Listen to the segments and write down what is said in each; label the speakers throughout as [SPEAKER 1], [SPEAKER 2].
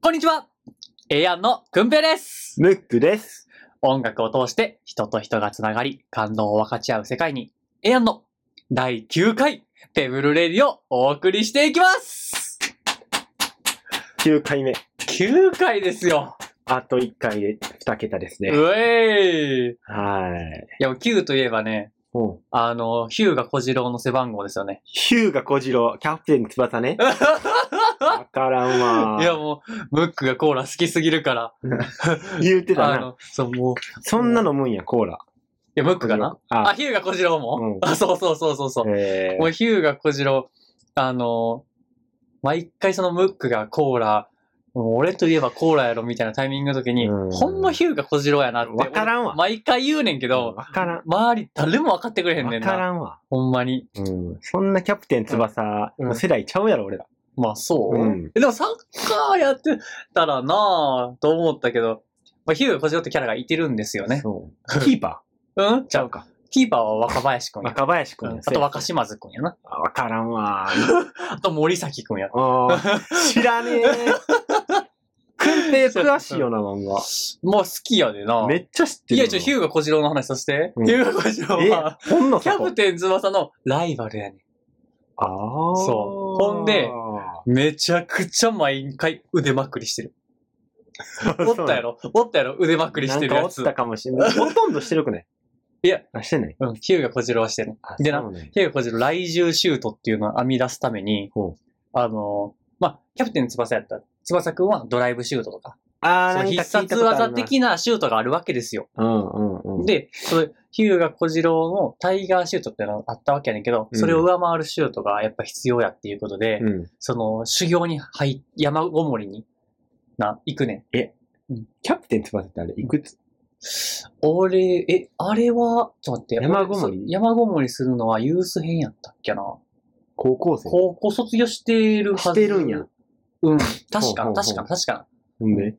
[SPEAKER 1] こんにちはエアンのくんぺいです
[SPEAKER 2] ムックです。
[SPEAKER 1] 音楽を通して人と人がつながり、感動を分かち合う世界に、エアンの第9回テーブルレディをお送りしていきます
[SPEAKER 2] 9回目。
[SPEAKER 1] !9 回ですよ
[SPEAKER 2] あと1回で2桁です
[SPEAKER 1] う
[SPEAKER 2] ね。
[SPEAKER 1] えいい
[SPEAKER 2] は
[SPEAKER 1] や、9といえばね、
[SPEAKER 2] ーい。うん。
[SPEAKER 1] あの、ヒューが小次郎の背番号ですよね。
[SPEAKER 2] ヒューが小次郎、キャプテン 翼ね。わからんわ。
[SPEAKER 1] いや、もう、ムックがコーラ好きすぎるから。
[SPEAKER 2] 言うてた
[SPEAKER 1] あ
[SPEAKER 2] な。
[SPEAKER 1] の、そう、もう、い
[SPEAKER 2] そんなのもんや、コーラ。
[SPEAKER 1] や、ムックがな。あ、
[SPEAKER 2] あ、
[SPEAKER 1] ヒューが小次郎も、
[SPEAKER 2] うん
[SPEAKER 1] あ、そうそうそうそうそう。
[SPEAKER 2] え
[SPEAKER 1] もうヒューが小次郎、あのー毎回そのムックがコーラ、もう俺といえばコーラやろみたいなタイミングの時に、
[SPEAKER 2] うん
[SPEAKER 1] ほんまヒューが小次郎やなって。
[SPEAKER 2] わからんわ
[SPEAKER 1] 俺毎回言うねんけ
[SPEAKER 2] ー
[SPEAKER 1] ど、
[SPEAKER 2] わからん。
[SPEAKER 1] 周り誰も分かってくれへんね
[SPEAKER 2] わ
[SPEAKER 1] ん
[SPEAKER 2] から
[SPEAKER 1] な。
[SPEAKER 2] んわ。
[SPEAKER 1] ほんまに。
[SPEAKER 2] うん。そんなキャプテン翼の世代ちゃうやろ、俺ら。
[SPEAKER 1] まあそう、
[SPEAKER 2] うん
[SPEAKER 1] でもサッカーやってたらなぁと思ったけど、まあ、ヒューが小次郎ってキャラがいてるんですよね。
[SPEAKER 2] そう。キーパ
[SPEAKER 1] うん
[SPEAKER 2] ー
[SPEAKER 1] じ
[SPEAKER 2] ち
[SPEAKER 1] ゃ
[SPEAKER 2] ゃ
[SPEAKER 1] あ
[SPEAKER 2] う、か。
[SPEAKER 1] キーパーは若林くんや。
[SPEAKER 2] 若林く
[SPEAKER 1] うんん
[SPEAKER 2] や。
[SPEAKER 1] あと若島津くんやな。
[SPEAKER 2] あわからん わ。
[SPEAKER 1] あと森崎くんや。
[SPEAKER 2] あー知 らねえ。くんて詳しいよな、漫画。
[SPEAKER 1] もう好きやでな
[SPEAKER 2] めっちゃ知って
[SPEAKER 1] い
[SPEAKER 2] るよ。
[SPEAKER 1] や、ちょ、ヒューが小次郎の話させて。
[SPEAKER 2] うん
[SPEAKER 1] ヒューが小次郎は、
[SPEAKER 2] え、ほんの
[SPEAKER 1] キ
[SPEAKER 2] そ
[SPEAKER 1] ャ
[SPEAKER 2] こ
[SPEAKER 1] プテン翼のライバルやね
[SPEAKER 2] ああ。
[SPEAKER 1] そうほん で、ん。めちゃくちゃ毎回腕まくりしてる。おったや
[SPEAKER 2] ろ。
[SPEAKER 1] ろおったやろ腕まくりしてるやつ
[SPEAKER 2] なんかおっ。たかもしれ ない。ほとんどしてるくない
[SPEAKER 1] いや。
[SPEAKER 2] あ、してない。
[SPEAKER 1] うん、ヒューが小次郎はしてる。
[SPEAKER 2] あ
[SPEAKER 1] でな
[SPEAKER 2] そうね
[SPEAKER 1] ヒューが小次郎、来獣シュートっていうのを編み出すために
[SPEAKER 2] ほ、
[SPEAKER 1] あのー、まあ、キャプテン翼やったら、翼くんはドライブシュートとか、
[SPEAKER 2] あー
[SPEAKER 1] そ
[SPEAKER 2] な
[SPEAKER 1] うん
[SPEAKER 2] か
[SPEAKER 1] 必
[SPEAKER 2] 聞
[SPEAKER 1] 殺
[SPEAKER 2] いたことある
[SPEAKER 1] 技
[SPEAKER 2] な。
[SPEAKER 1] 的なシュートがあるわけですよ。
[SPEAKER 2] うんうんうん。、
[SPEAKER 1] で、それ、ヒューが小次郎のタイガーシュートっていうのがあったわけやねんけど、
[SPEAKER 2] うん
[SPEAKER 1] それを上回るシュートがやっぱ必要やっていうことで、
[SPEAKER 2] うん。
[SPEAKER 1] その、修行に入っ、山ごもりに、な、行くねん。
[SPEAKER 2] キャプテン翼ってあれ、いくつ
[SPEAKER 1] 俺、え、あれは、ちょっと待って。
[SPEAKER 2] 山ごも
[SPEAKER 1] 俺
[SPEAKER 2] り
[SPEAKER 1] そう山ごもりするのはユース編やったっけな。
[SPEAKER 2] 高校生。
[SPEAKER 1] 高校卒業してるはず。
[SPEAKER 2] してるんや。
[SPEAKER 1] うん。確か
[SPEAKER 2] ほうほうほ
[SPEAKER 1] な、
[SPEAKER 2] う
[SPEAKER 1] 確かな、確かな。
[SPEAKER 2] ほんで、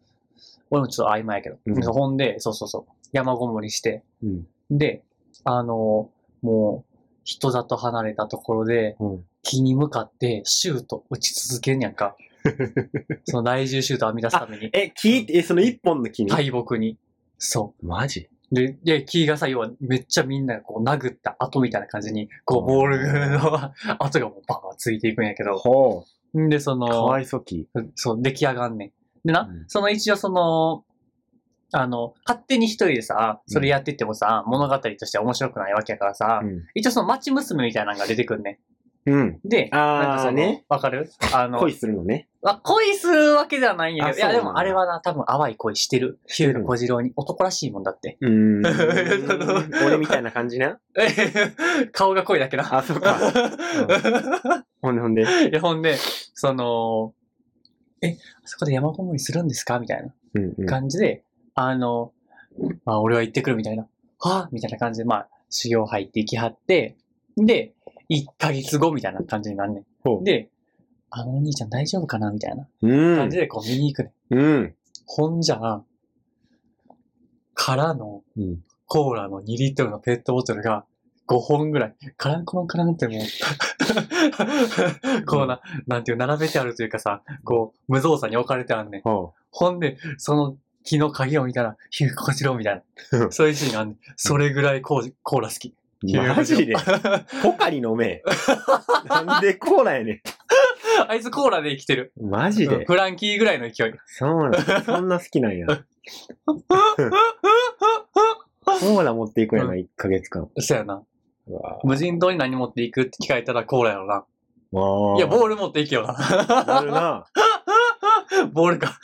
[SPEAKER 1] 俺もちょっと曖昧やけど。
[SPEAKER 2] うん
[SPEAKER 1] ほんで、そうそうそう。山ごもりして。
[SPEAKER 2] うん。
[SPEAKER 1] で、あの、もう、人里離れたところで、
[SPEAKER 2] うん。
[SPEAKER 1] 木に向かってシュート打ち続けんやん か。その内獣シュートを編み出すために、
[SPEAKER 2] え、聞いて、え、その一本の木に。い。
[SPEAKER 1] 大木に。そう。
[SPEAKER 2] マジ
[SPEAKER 1] で、で、キーがさ、要はめっちゃみんながこう殴った後みたいな感じに、こうボールの後がもうバンバンついていくんやけど。
[SPEAKER 2] ほ。
[SPEAKER 1] んで、そう
[SPEAKER 2] かわ
[SPEAKER 1] の、
[SPEAKER 2] いそき。
[SPEAKER 1] そう、出来上がんねん。でな、
[SPEAKER 2] うん
[SPEAKER 1] その一応その、あの、勝手に一人でさ、それやってってもさ、物語としては面白くないわけやからさ、
[SPEAKER 2] うん。
[SPEAKER 1] 一応その町娘みたいなのが出てくんね
[SPEAKER 2] うん。
[SPEAKER 1] ん。で、なんか
[SPEAKER 2] あ
[SPEAKER 1] そ
[SPEAKER 2] ー
[SPEAKER 1] の
[SPEAKER 2] ね。。
[SPEAKER 1] わかるあの、
[SPEAKER 2] 恋するのね。
[SPEAKER 1] あ恋するわけではないんやけど、い
[SPEAKER 2] あ
[SPEAKER 1] や
[SPEAKER 2] そう
[SPEAKER 1] で
[SPEAKER 2] なんだ
[SPEAKER 1] もあれはな、多分淡い恋してる。ヒューの小次郎に男らしいもんだって。
[SPEAKER 2] うーん
[SPEAKER 1] その
[SPEAKER 2] 俺みたいな感じな。
[SPEAKER 1] 顔が濃いだけな。
[SPEAKER 2] あ、そうか。ほんでほんで。
[SPEAKER 1] いや、ほんで、 その、え、あそこで山ごもりするんですかみたいな
[SPEAKER 2] うんうん。
[SPEAKER 1] 感じで、あの、まあ、俺は行ってくるみたいな、はぁみたいな感じで、まあ、修行入って行きはって、で、1ヶ月後みたいな感じになんね
[SPEAKER 2] ほ
[SPEAKER 1] ん。
[SPEAKER 2] う
[SPEAKER 1] で、あのお兄ちゃん大丈夫かなみたいな
[SPEAKER 2] うん
[SPEAKER 1] 感じで、こう見に行くねん。
[SPEAKER 2] うん。
[SPEAKER 1] ほんじゃあ、からの、
[SPEAKER 2] うん。
[SPEAKER 1] コーラの2リットルのペットボトルが5本ぐらい、カランコロンカランってもう、 こうな、なんていう、並べてあるというかさ、こう、無造作に置かれてあんねん。
[SPEAKER 2] ほ
[SPEAKER 1] ほんで、その木の鍵を見たら、ヒューコジローみたいな。そういうシーンがあんねん。それぐらいコーコーラ好き。
[SPEAKER 2] う。マジで ポカリ飲 め。なんでコーラやね
[SPEAKER 1] あいつコーラで生きてる。
[SPEAKER 2] ん。マジ
[SPEAKER 1] うん
[SPEAKER 2] で。
[SPEAKER 1] フランキーぐらいの勢い。
[SPEAKER 2] そうなんそんな好きなんや。コーラ持っていくんやな、1ヶ月間。
[SPEAKER 1] そやな。
[SPEAKER 2] うわ
[SPEAKER 1] 無人島に何持っていくって聞かれたらコーラやろな。
[SPEAKER 2] あ
[SPEAKER 1] いや、ボー
[SPEAKER 2] ル。
[SPEAKER 1] ル持っていけよな。
[SPEAKER 2] あるな。
[SPEAKER 1] ボールか。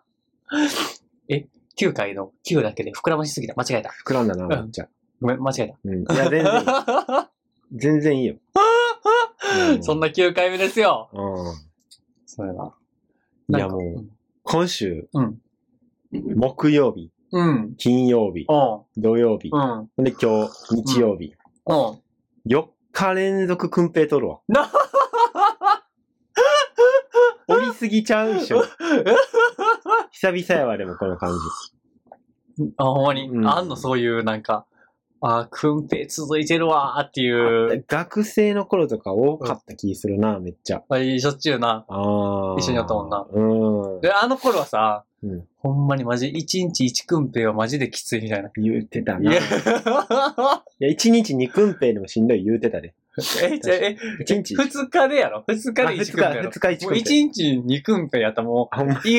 [SPEAKER 1] え、9回の9だけで膨らましすぎた。間違えた。
[SPEAKER 2] 膨らんだな、めっちゃ。
[SPEAKER 1] ごめん、間違え
[SPEAKER 2] うん。いや、全然いい。
[SPEAKER 1] た。
[SPEAKER 2] 全然 いいよ。う
[SPEAKER 1] そん。な9回目ですよ。
[SPEAKER 2] うん。
[SPEAKER 1] そうやな。
[SPEAKER 2] い
[SPEAKER 1] な
[SPEAKER 2] や、
[SPEAKER 1] んか
[SPEAKER 2] もう、今週、
[SPEAKER 1] うん。
[SPEAKER 2] 木曜日、
[SPEAKER 1] うん。
[SPEAKER 2] 金曜日、
[SPEAKER 1] お
[SPEAKER 2] 土曜日
[SPEAKER 1] う、ん。
[SPEAKER 2] ほんで今日、日曜日。
[SPEAKER 1] おう
[SPEAKER 2] 4日連続くんぺい取るわ。
[SPEAKER 1] な
[SPEAKER 2] 降りすぎちゃうでしょ。久々やわ、でもこの感じ。
[SPEAKER 1] あ、ほんまに
[SPEAKER 2] う。ん
[SPEAKER 1] あんの、そういう、なんか、ああ、くんぺい続いてるわーっていう。
[SPEAKER 2] 学生の頃とか多かった気するな、めっちゃ。
[SPEAKER 1] あいいしょっちゅうな。
[SPEAKER 2] ああ。
[SPEAKER 1] 一緒にやったもんな
[SPEAKER 2] うん。
[SPEAKER 1] で、あの頃はさ、
[SPEAKER 2] うん
[SPEAKER 1] ほんまにマジ、一日一くんぺいはマジできついみたいな。
[SPEAKER 2] 言うてた
[SPEAKER 1] い
[SPEAKER 2] な。
[SPEAKER 1] や
[SPEAKER 2] い、や、一日二くんぺいでもしんどい言うてたで。
[SPEAKER 1] え、じゃあえ、
[SPEAKER 2] 一日。
[SPEAKER 1] 二日でやろ二日
[SPEAKER 2] あ
[SPEAKER 1] で
[SPEAKER 2] 二
[SPEAKER 1] 一くんぺいやろ
[SPEAKER 2] 日、二日一
[SPEAKER 1] もうん
[SPEAKER 2] くぺい。
[SPEAKER 1] 一日二くんぺいやったらも
[SPEAKER 2] あ、ほんま
[SPEAKER 1] う、い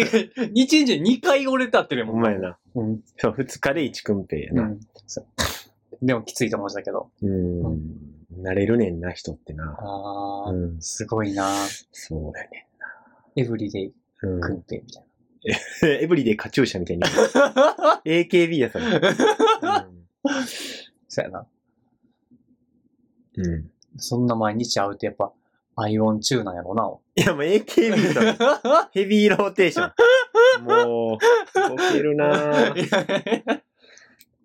[SPEAKER 1] 一日に二回折れたってる
[SPEAKER 2] ほ
[SPEAKER 1] も
[SPEAKER 2] ん
[SPEAKER 1] ん。
[SPEAKER 2] まやな。
[SPEAKER 1] うん。
[SPEAKER 2] そう、二日で一くんぺいや
[SPEAKER 1] う
[SPEAKER 2] な。
[SPEAKER 1] ん。そうでもきついと思ってたけど。
[SPEAKER 2] うん。
[SPEAKER 1] う
[SPEAKER 2] 慣れるねんな、人ってな。
[SPEAKER 1] ああ、
[SPEAKER 2] うん。
[SPEAKER 1] すごいな
[SPEAKER 2] そうやね。
[SPEAKER 1] エブリデイ
[SPEAKER 2] うん
[SPEAKER 1] くんぺいみたいな。
[SPEAKER 2] エブリデイカチューシャみたいに。AKB やそれ。
[SPEAKER 1] そうやな。
[SPEAKER 2] うん。うん
[SPEAKER 1] そんな毎日会うってやっぱ、アイオン中なんやろな。
[SPEAKER 2] いや、もう AKB だろ。 ヘビーローテーション。もう、ボケるな ぁ。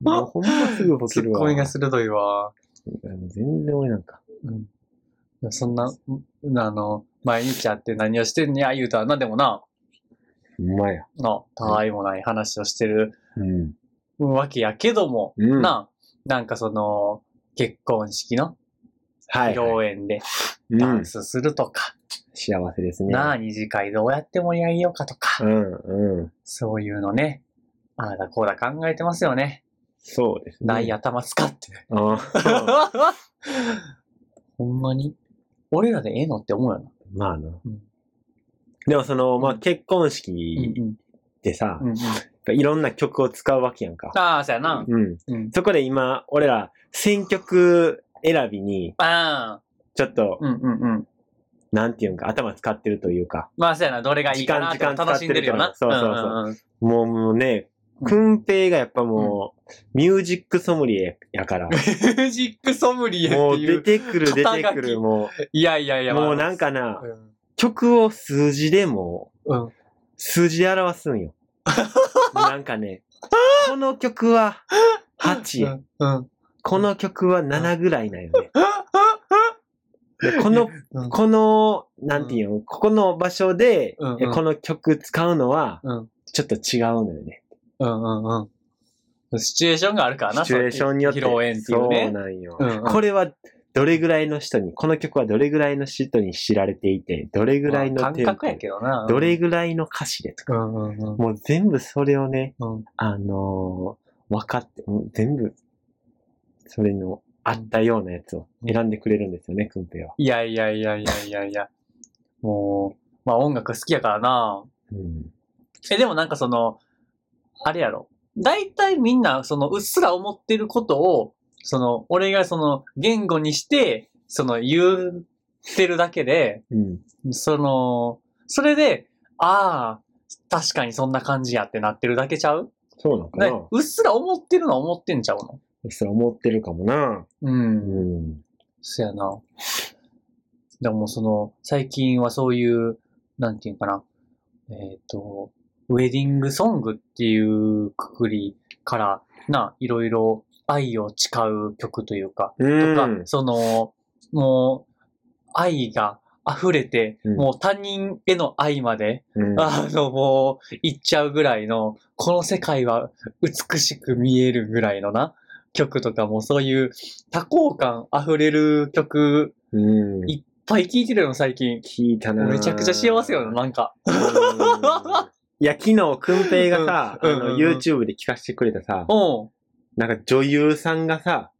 [SPEAKER 2] もうほんますぐボケ
[SPEAKER 1] ツ
[SPEAKER 2] る
[SPEAKER 1] ッ
[SPEAKER 2] わ。
[SPEAKER 1] コミが鋭いわ。
[SPEAKER 2] 全然俺なんか。
[SPEAKER 1] うん。そんな、んあの、毎日会って何をしてんねや言うたら、なんでもな、
[SPEAKER 2] ほんまや。
[SPEAKER 1] な、たわいもない話をしてる
[SPEAKER 2] うん。
[SPEAKER 1] わけやけども、
[SPEAKER 2] うん。
[SPEAKER 1] な、なんかその、結婚式の
[SPEAKER 2] はい、
[SPEAKER 1] 披露宴で
[SPEAKER 2] う
[SPEAKER 1] ダ
[SPEAKER 2] ん
[SPEAKER 1] ン。スするとか、
[SPEAKER 2] 幸せですね。
[SPEAKER 1] なあ、二次会どうやって盛り上げようかとか、
[SPEAKER 2] うん、うん。
[SPEAKER 1] そういうのね、ああだこうだ考えてますよね。
[SPEAKER 2] そうですね。
[SPEAKER 1] ない。頭使って。
[SPEAKER 2] うん。
[SPEAKER 1] ほんまに。俺らでええのって思うよな。
[SPEAKER 2] まあな
[SPEAKER 1] うん。
[SPEAKER 2] でもその、まあ結婚式
[SPEAKER 1] ん。
[SPEAKER 2] でさ
[SPEAKER 1] う、んうん、
[SPEAKER 2] いろんな曲を使うわけやんか。
[SPEAKER 1] ああ、そうやな。
[SPEAKER 2] うん。
[SPEAKER 1] うん。
[SPEAKER 2] そこで今、俺ら、選曲選びに、
[SPEAKER 1] ああ、
[SPEAKER 2] ちょっと、
[SPEAKER 1] うんうんうん。
[SPEAKER 2] なんていうんか、頭使ってるというか、
[SPEAKER 1] まあそうやな、どれがいいかなっ
[SPEAKER 2] 時
[SPEAKER 1] て
[SPEAKER 2] 間時間
[SPEAKER 1] 楽しんでるよな。
[SPEAKER 2] 使ってるからそうそうそもうもうね、く んぺいがやっぱもう、ミュージックソムリエやか
[SPEAKER 1] う
[SPEAKER 2] ら、
[SPEAKER 1] んうん。ミュージックソムリエ
[SPEAKER 2] も
[SPEAKER 1] って
[SPEAKER 2] う
[SPEAKER 1] い
[SPEAKER 2] 出
[SPEAKER 1] う。
[SPEAKER 2] てくる出てく
[SPEAKER 1] 肩書き
[SPEAKER 2] る、も、
[SPEAKER 1] いやいやいうや、
[SPEAKER 2] もうなんんかな
[SPEAKER 1] う、ん。
[SPEAKER 2] 曲を数字でもう、
[SPEAKER 1] うん
[SPEAKER 2] 数字で表すん よ。なんかね、この曲は8、
[SPEAKER 1] うん。うん。
[SPEAKER 2] この曲は7ぐらいなんよね。でこの
[SPEAKER 1] うん
[SPEAKER 2] この、なんていうの、ここの場所で、
[SPEAKER 1] うんうん
[SPEAKER 2] えこの曲使うのは、
[SPEAKER 1] うん
[SPEAKER 2] ちょっと違うのよね。
[SPEAKER 1] うんうんうん。シチュエーションがあるからな、
[SPEAKER 2] シチュエーションによって。
[SPEAKER 1] そういう披露宴ってい
[SPEAKER 2] そう
[SPEAKER 1] うね。
[SPEAKER 2] なんよ。
[SPEAKER 1] うんうん
[SPEAKER 2] これは、どれぐらいの人に、この曲はどれぐらいの人に知られていて、どれぐらいの
[SPEAKER 1] まあ
[SPEAKER 2] テ
[SPEAKER 1] 感
[SPEAKER 2] ンポ
[SPEAKER 1] 覚やけどな。
[SPEAKER 2] どれぐらいの歌詞でと
[SPEAKER 1] う
[SPEAKER 2] か、
[SPEAKER 1] んうんうん
[SPEAKER 2] もう全部それをね、
[SPEAKER 1] うん。
[SPEAKER 2] あのー分かって、もう全部、それの、あったようなやつを選んでくれるんですよね、くんぺいは。
[SPEAKER 1] いやいやいやいやいやいや。もう、まあ音楽好きやからな。
[SPEAKER 2] うん。
[SPEAKER 1] え、でもなんかその、あれやろ。大体みんな、その、うっすら思ってることを、その、俺がその、言語にして、その、言ってるだけで、
[SPEAKER 2] うん。
[SPEAKER 1] その、それで、ああ、確かにそんな感じやってなってるだけちゃう
[SPEAKER 2] そうなのか
[SPEAKER 1] ね
[SPEAKER 2] な、
[SPEAKER 1] うっすら思ってるのは思ってんちゃうの
[SPEAKER 2] そう思ってるかもな。
[SPEAKER 1] う。
[SPEAKER 2] うんん。
[SPEAKER 1] そやな。でもその、最近はそういう、なんていうんかな。えっ、と、ウェディングソングっていうくくりから、な、いろいろ愛を誓う曲というか、と
[SPEAKER 2] と
[SPEAKER 1] か、その、もう、愛が溢れて、
[SPEAKER 2] うん
[SPEAKER 1] もう他人への愛まで、
[SPEAKER 2] うん、
[SPEAKER 1] あの、もう、行っちゃうぐらいの、この世界は美しく見えるぐらいのな、曲とかもそういう多幸感溢れる曲、
[SPEAKER 2] うん、
[SPEAKER 1] いっぱい聴いてるの最近。
[SPEAKER 2] 聞いたな。
[SPEAKER 1] めちゃくちゃ幸せよな、。なんか。
[SPEAKER 2] いや、昨日、くんぺいがさ、
[SPEAKER 1] うん
[SPEAKER 2] あの、
[SPEAKER 1] うんうんうん
[SPEAKER 2] YouTube で聞かせてくれたさ、
[SPEAKER 1] うん。
[SPEAKER 2] なんか女優さんがさ、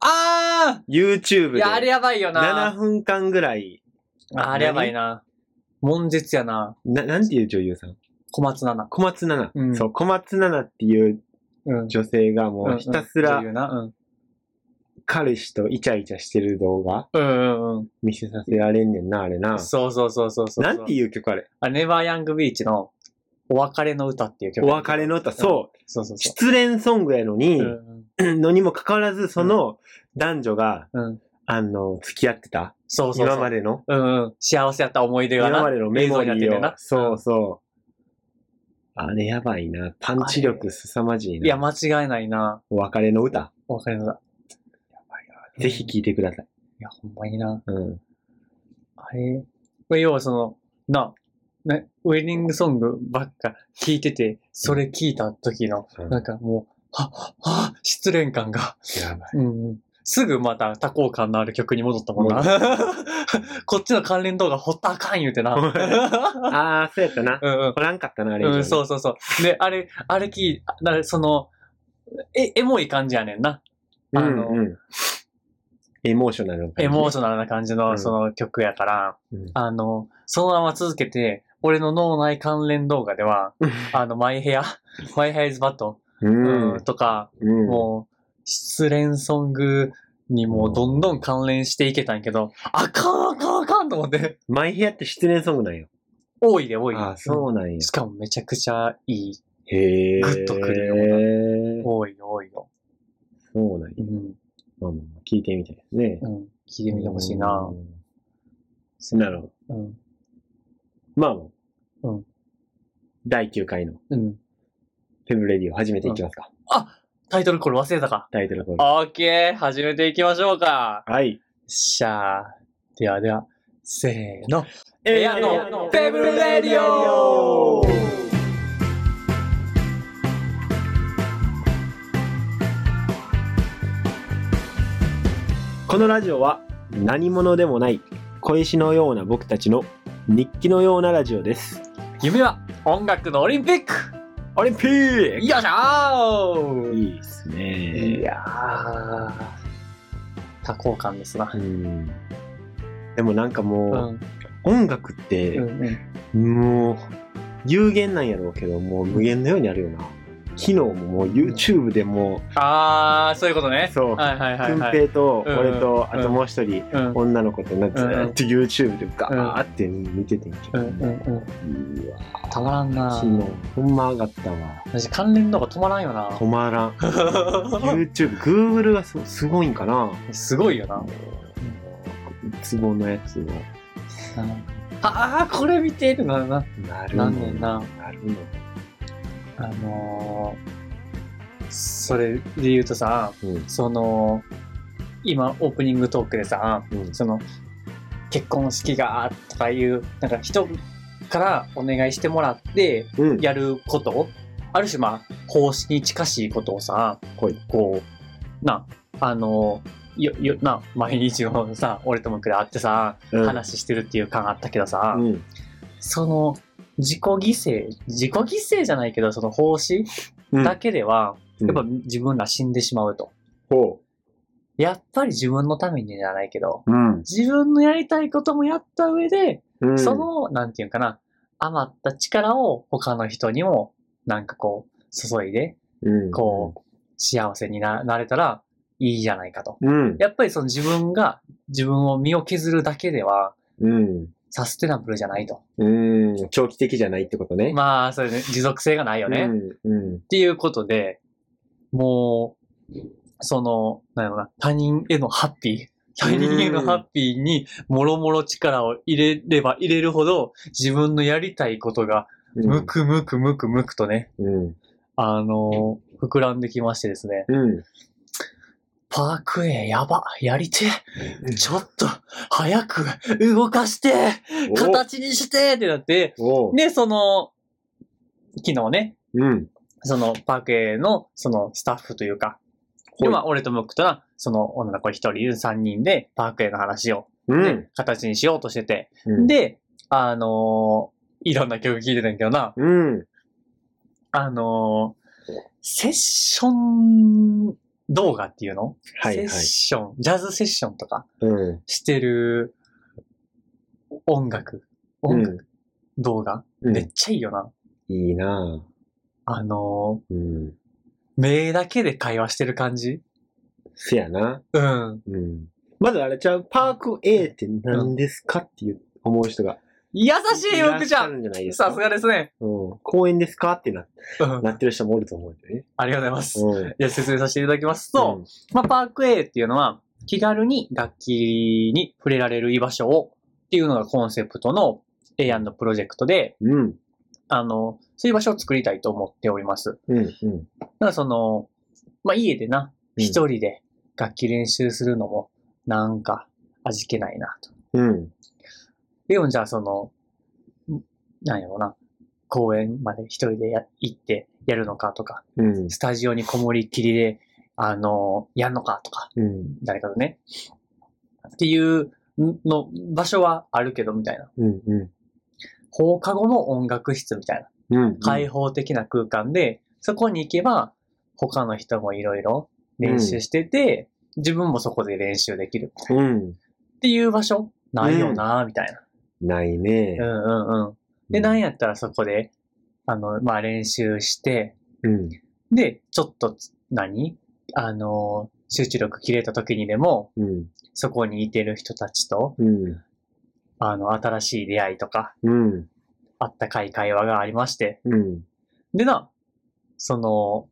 [SPEAKER 1] あ
[SPEAKER 2] YouTube
[SPEAKER 1] ーいや、あれ
[SPEAKER 2] で
[SPEAKER 1] やばいよ
[SPEAKER 2] 7
[SPEAKER 1] な。
[SPEAKER 2] 分間ぐらい、
[SPEAKER 1] ああれやばいな。悶絶やな。
[SPEAKER 2] な、なんていう女優さん
[SPEAKER 1] 小松菜奈。
[SPEAKER 2] 小松菜奈、
[SPEAKER 1] うん
[SPEAKER 2] そう、小松菜奈っていう
[SPEAKER 1] うん。
[SPEAKER 2] 女性がもうひたすら
[SPEAKER 1] うんうん女優な
[SPEAKER 2] 彼氏とイチャイチャしてる動画
[SPEAKER 1] うんうんうん
[SPEAKER 2] 見せさせられんねんな、あれ
[SPEAKER 1] う
[SPEAKER 2] な。
[SPEAKER 1] ん。そうそうそうそうそう。
[SPEAKER 2] なんていう曲あれ
[SPEAKER 1] あ、ネバーヤングビーチの、お別れの歌っていう曲。
[SPEAKER 2] お別れの歌、そう、
[SPEAKER 1] そうそうそ
[SPEAKER 2] 失恋ソングやの
[SPEAKER 1] う。
[SPEAKER 2] に、
[SPEAKER 1] うん
[SPEAKER 2] のにもかかわらず、その男女が、
[SPEAKER 1] うん。うん
[SPEAKER 2] あの、付き合ってた
[SPEAKER 1] そうそうそう。
[SPEAKER 2] 今までの
[SPEAKER 1] うんうん。幸せやった思い出がな。
[SPEAKER 2] 今までのメ
[SPEAKER 1] 映像
[SPEAKER 2] モ
[SPEAKER 1] になっ
[SPEAKER 2] リ
[SPEAKER 1] てんねん
[SPEAKER 2] ーを
[SPEAKER 1] な。
[SPEAKER 2] そうそう。あれやばいな。パンチ力凄まじい
[SPEAKER 1] いや、
[SPEAKER 2] な。
[SPEAKER 1] 間違いないな。
[SPEAKER 2] お別れの歌。
[SPEAKER 1] お別れの歌。
[SPEAKER 2] ぜひ聴いてください。
[SPEAKER 1] いや、ほんまにな。
[SPEAKER 2] うん。
[SPEAKER 1] あれこれ要はその、な、ね、ウェディングソングばっか聞いてて、それ聞いた時の、
[SPEAKER 2] うん
[SPEAKER 1] なんかもう、は、は、失恋感が。
[SPEAKER 2] やばい。
[SPEAKER 1] うんうん。すぐまた多幸感のある曲に戻ったもんな。 こっちの関連動画ほったらあかん言うてな。
[SPEAKER 2] あー、そうやったな。
[SPEAKER 1] うんうん
[SPEAKER 2] おらんかったな、あれ以上。
[SPEAKER 1] うん、そうそうそう。で、あれ、あれき、あだからその、え、エモい感じやねんな。
[SPEAKER 2] う
[SPEAKER 1] あ
[SPEAKER 2] ん
[SPEAKER 1] の
[SPEAKER 2] うん。エモーショナルな感じ。
[SPEAKER 1] エモーショナルな感じ
[SPEAKER 2] う
[SPEAKER 1] の
[SPEAKER 2] ん
[SPEAKER 1] その曲やから、
[SPEAKER 2] うん
[SPEAKER 1] あの、そのまま続けて、俺の脳内関連動画では、あの、マイヘア、 マイヘアイズバット、
[SPEAKER 2] うん。
[SPEAKER 1] とか、
[SPEAKER 2] うん。
[SPEAKER 1] もう、失恋ソングにもうどんどん関連していけたんやけど、あかんあかんあかんと思って、
[SPEAKER 2] マイヘアって失恋ソングなんよ。
[SPEAKER 1] 多いで多いで。
[SPEAKER 2] あー、そうなんや
[SPEAKER 1] うん。しかもめちゃくちゃいい。
[SPEAKER 2] へー。
[SPEAKER 1] グッとくるよ
[SPEAKER 2] よ
[SPEAKER 1] 多いよ多いよ。
[SPEAKER 2] そうなんや
[SPEAKER 1] う。ん。
[SPEAKER 2] まあまあまあ、聞いてみたいですね
[SPEAKER 1] う。ん。聞いてみてほしいな
[SPEAKER 2] う。ん。なるほど。
[SPEAKER 1] うん。
[SPEAKER 2] まあもう。
[SPEAKER 1] うん。
[SPEAKER 2] 第9回の
[SPEAKER 1] うん。
[SPEAKER 2] フェブレディを始めていきますか。
[SPEAKER 1] あタイトルコール忘れたか。
[SPEAKER 2] タイトルコール。
[SPEAKER 1] オッケー始めていきましょうか。
[SPEAKER 2] はい。
[SPEAKER 1] しゃあ、ではでは、せーの。
[SPEAKER 2] エ
[SPEAKER 1] エ
[SPEAKER 2] ア
[SPEAKER 1] ア
[SPEAKER 2] の
[SPEAKER 1] の
[SPEAKER 2] ペ
[SPEAKER 1] ペ
[SPEAKER 2] ブ
[SPEAKER 1] ブ
[SPEAKER 2] ル
[SPEAKER 1] ル
[SPEAKER 2] レ
[SPEAKER 1] レ
[SPEAKER 2] デ
[SPEAKER 1] デ
[SPEAKER 2] ィ
[SPEAKER 1] ィ
[SPEAKER 2] オ
[SPEAKER 1] オ
[SPEAKER 2] このラジオは何者でもない小石のような僕たちの日記のようなラジオです。
[SPEAKER 1] 夢は音楽のオリンピック
[SPEAKER 2] オリンピッ
[SPEAKER 1] よいしょー
[SPEAKER 2] いいです
[SPEAKER 1] い
[SPEAKER 2] ね。
[SPEAKER 1] やー、多幸感ですな
[SPEAKER 2] う。ん。でもなんか
[SPEAKER 1] う
[SPEAKER 2] も
[SPEAKER 1] ん、
[SPEAKER 2] う、音楽って、
[SPEAKER 1] うん、
[SPEAKER 2] もう、有限なんやろうけど、もう無限のようにあるよな。昨日ももう YouTube でも
[SPEAKER 1] あー、そういうこと
[SPEAKER 2] う、
[SPEAKER 1] ね。
[SPEAKER 2] そう、
[SPEAKER 1] はいはいはい
[SPEAKER 2] くん
[SPEAKER 1] は
[SPEAKER 2] ぺ
[SPEAKER 1] い。
[SPEAKER 2] いと
[SPEAKER 1] うん
[SPEAKER 2] 俺と、
[SPEAKER 1] うん
[SPEAKER 2] あともう一人、
[SPEAKER 1] うん
[SPEAKER 2] 女の子となんかずーっと YouTube でガーって見ててんけ
[SPEAKER 1] う
[SPEAKER 2] ど、
[SPEAKER 1] んうんうん、
[SPEAKER 2] うわ
[SPEAKER 1] たまらんな
[SPEAKER 2] 昨日ほんま上がったわ
[SPEAKER 1] 私関連動画止まらんよな
[SPEAKER 2] 止まらん YouTube、Google がすすごいんかな。
[SPEAKER 1] すごいよな
[SPEAKER 2] ツボのやつを。
[SPEAKER 1] ああこれ見てるなるな
[SPEAKER 2] なるの。
[SPEAKER 1] なんねんな
[SPEAKER 2] るの。
[SPEAKER 1] あのー、それで言うとさ
[SPEAKER 2] うん。
[SPEAKER 1] その今オープニングトークでさ
[SPEAKER 2] うん。
[SPEAKER 1] その結婚式がとかいうなんか人からお願いしてもらって
[SPEAKER 2] うん。
[SPEAKER 1] やることある種まあ奉仕に近しいことをさ
[SPEAKER 2] ほい。
[SPEAKER 1] こうなあのよよな毎日のさ俺ともくらい会ってさ
[SPEAKER 2] うん
[SPEAKER 1] 話してるっていう感あったけどさ、
[SPEAKER 2] うん。
[SPEAKER 1] その自己犠牲自己犠牲じゃないけどその奉仕
[SPEAKER 2] うん
[SPEAKER 1] だけでは、
[SPEAKER 2] うん
[SPEAKER 1] やっぱ自分ら死んでしまうと、
[SPEAKER 2] ほ
[SPEAKER 1] やっぱり自分のためにじゃないけど
[SPEAKER 2] う。うん。
[SPEAKER 1] 自分のやりたいこともやった上で、
[SPEAKER 2] うん
[SPEAKER 1] そ、のなんていうかな余った力を他の人にもなんかこう注いで
[SPEAKER 2] うん
[SPEAKER 1] こう幸せにななれたらいいじゃないかと
[SPEAKER 2] うん。
[SPEAKER 1] やっぱりその自分が自分を身を削るだけでは
[SPEAKER 2] うん。
[SPEAKER 1] サステナブルじゃないと。
[SPEAKER 2] うん。長期的じゃないってことね。
[SPEAKER 1] まあ、それね、持続性がないよね。っ
[SPEAKER 2] うん。うん。
[SPEAKER 1] ていうことで、もう、その、なんやろな、他人へのハッピー、他人へのハッピーにもろもろ力を入れれば入れるほど、自分のやりたいことが、
[SPEAKER 2] うん
[SPEAKER 1] むくむくむくむくとね、
[SPEAKER 2] うん。
[SPEAKER 1] あの膨らんできましてですね、
[SPEAKER 2] うん。
[SPEAKER 1] パークへやば、やりてえ、ちょっと、早く、動かして、形にしてってなって、
[SPEAKER 2] おお。
[SPEAKER 1] で、その、昨日ね、
[SPEAKER 2] うん。
[SPEAKER 1] そのパークエの、そのスタッフというか、
[SPEAKER 2] ほい
[SPEAKER 1] 今、俺とムックとな、その女の子一人、三人でパークエの話を、
[SPEAKER 2] う
[SPEAKER 1] ね
[SPEAKER 2] ん。
[SPEAKER 1] 形にしようとしてて、
[SPEAKER 2] うん、
[SPEAKER 1] で、あのーいろんな曲聴いてたんやけどな、
[SPEAKER 2] うん。
[SPEAKER 1] あのーセッション動画っていうの、
[SPEAKER 2] はいはい
[SPEAKER 1] セッション、ジャズセッションとか
[SPEAKER 2] うん。
[SPEAKER 1] してる音楽、音楽、動画、
[SPEAKER 2] うん
[SPEAKER 1] めっちゃいいよな。
[SPEAKER 2] いいな
[SPEAKER 1] あの
[SPEAKER 2] ぁ。うん。
[SPEAKER 1] ー目だけで会話してる感じ
[SPEAKER 2] せやな。
[SPEAKER 1] うん。
[SPEAKER 2] うん。まずあれちゃう、パーク A って何ですかっていう思う人が。
[SPEAKER 1] 優しいよ、
[SPEAKER 2] らっ
[SPEAKER 1] く
[SPEAKER 2] し
[SPEAKER 1] ちゃ
[SPEAKER 2] ゃ
[SPEAKER 1] ん
[SPEAKER 2] るんじゃないですか。
[SPEAKER 1] さすがですね。
[SPEAKER 2] うん。公園ですかってな
[SPEAKER 1] うん。
[SPEAKER 2] なってる人もおると思うんだよね。
[SPEAKER 1] ありがとうございます。い
[SPEAKER 2] うん。
[SPEAKER 1] や、説明させていただきますと、まあ、パーク A っていうのは、気軽に楽器に触れられる居場所をっていうのがコンセプトの A 案のプロジェクトで、
[SPEAKER 2] うん。うん。
[SPEAKER 1] あの、そういう場所を作りたいと思っております。
[SPEAKER 2] うん。うん。
[SPEAKER 1] だからその、まあ、家でな、
[SPEAKER 2] うん
[SPEAKER 1] 一人で楽器練習するのも、なんか、味気ないなと。
[SPEAKER 2] うん。
[SPEAKER 1] でもじゃあその、んなんやろうな、公園まで一人でや行ってやるのかとか、
[SPEAKER 2] うん。
[SPEAKER 1] スタジオにこもりっきりで、あの、やんのかとか、
[SPEAKER 2] うん。
[SPEAKER 1] 誰かとね。っていうの、場所はあるけどみたいな。
[SPEAKER 2] うん。うん。
[SPEAKER 1] 放課後の音楽室みたいな。
[SPEAKER 2] うん。
[SPEAKER 1] 開放的な空間で、そこに行けば、他の人もいろいろ練習してて、自分もそこで練習できる
[SPEAKER 2] うん。
[SPEAKER 1] っていう場所ないよな、みたいな。
[SPEAKER 2] ないね
[SPEAKER 1] う。んうんうん。で、なんやったらそこで、あの、まあ、練習して、
[SPEAKER 2] うん。
[SPEAKER 1] で、ちょっと何、あの、集中力切れた時にでも、
[SPEAKER 2] うん。
[SPEAKER 1] そこにいてる人たちと、
[SPEAKER 2] うん。
[SPEAKER 1] あの、新しい出会いとか、
[SPEAKER 2] うん。
[SPEAKER 1] あったかい会話がありまして、
[SPEAKER 2] うん。
[SPEAKER 1] でな、その、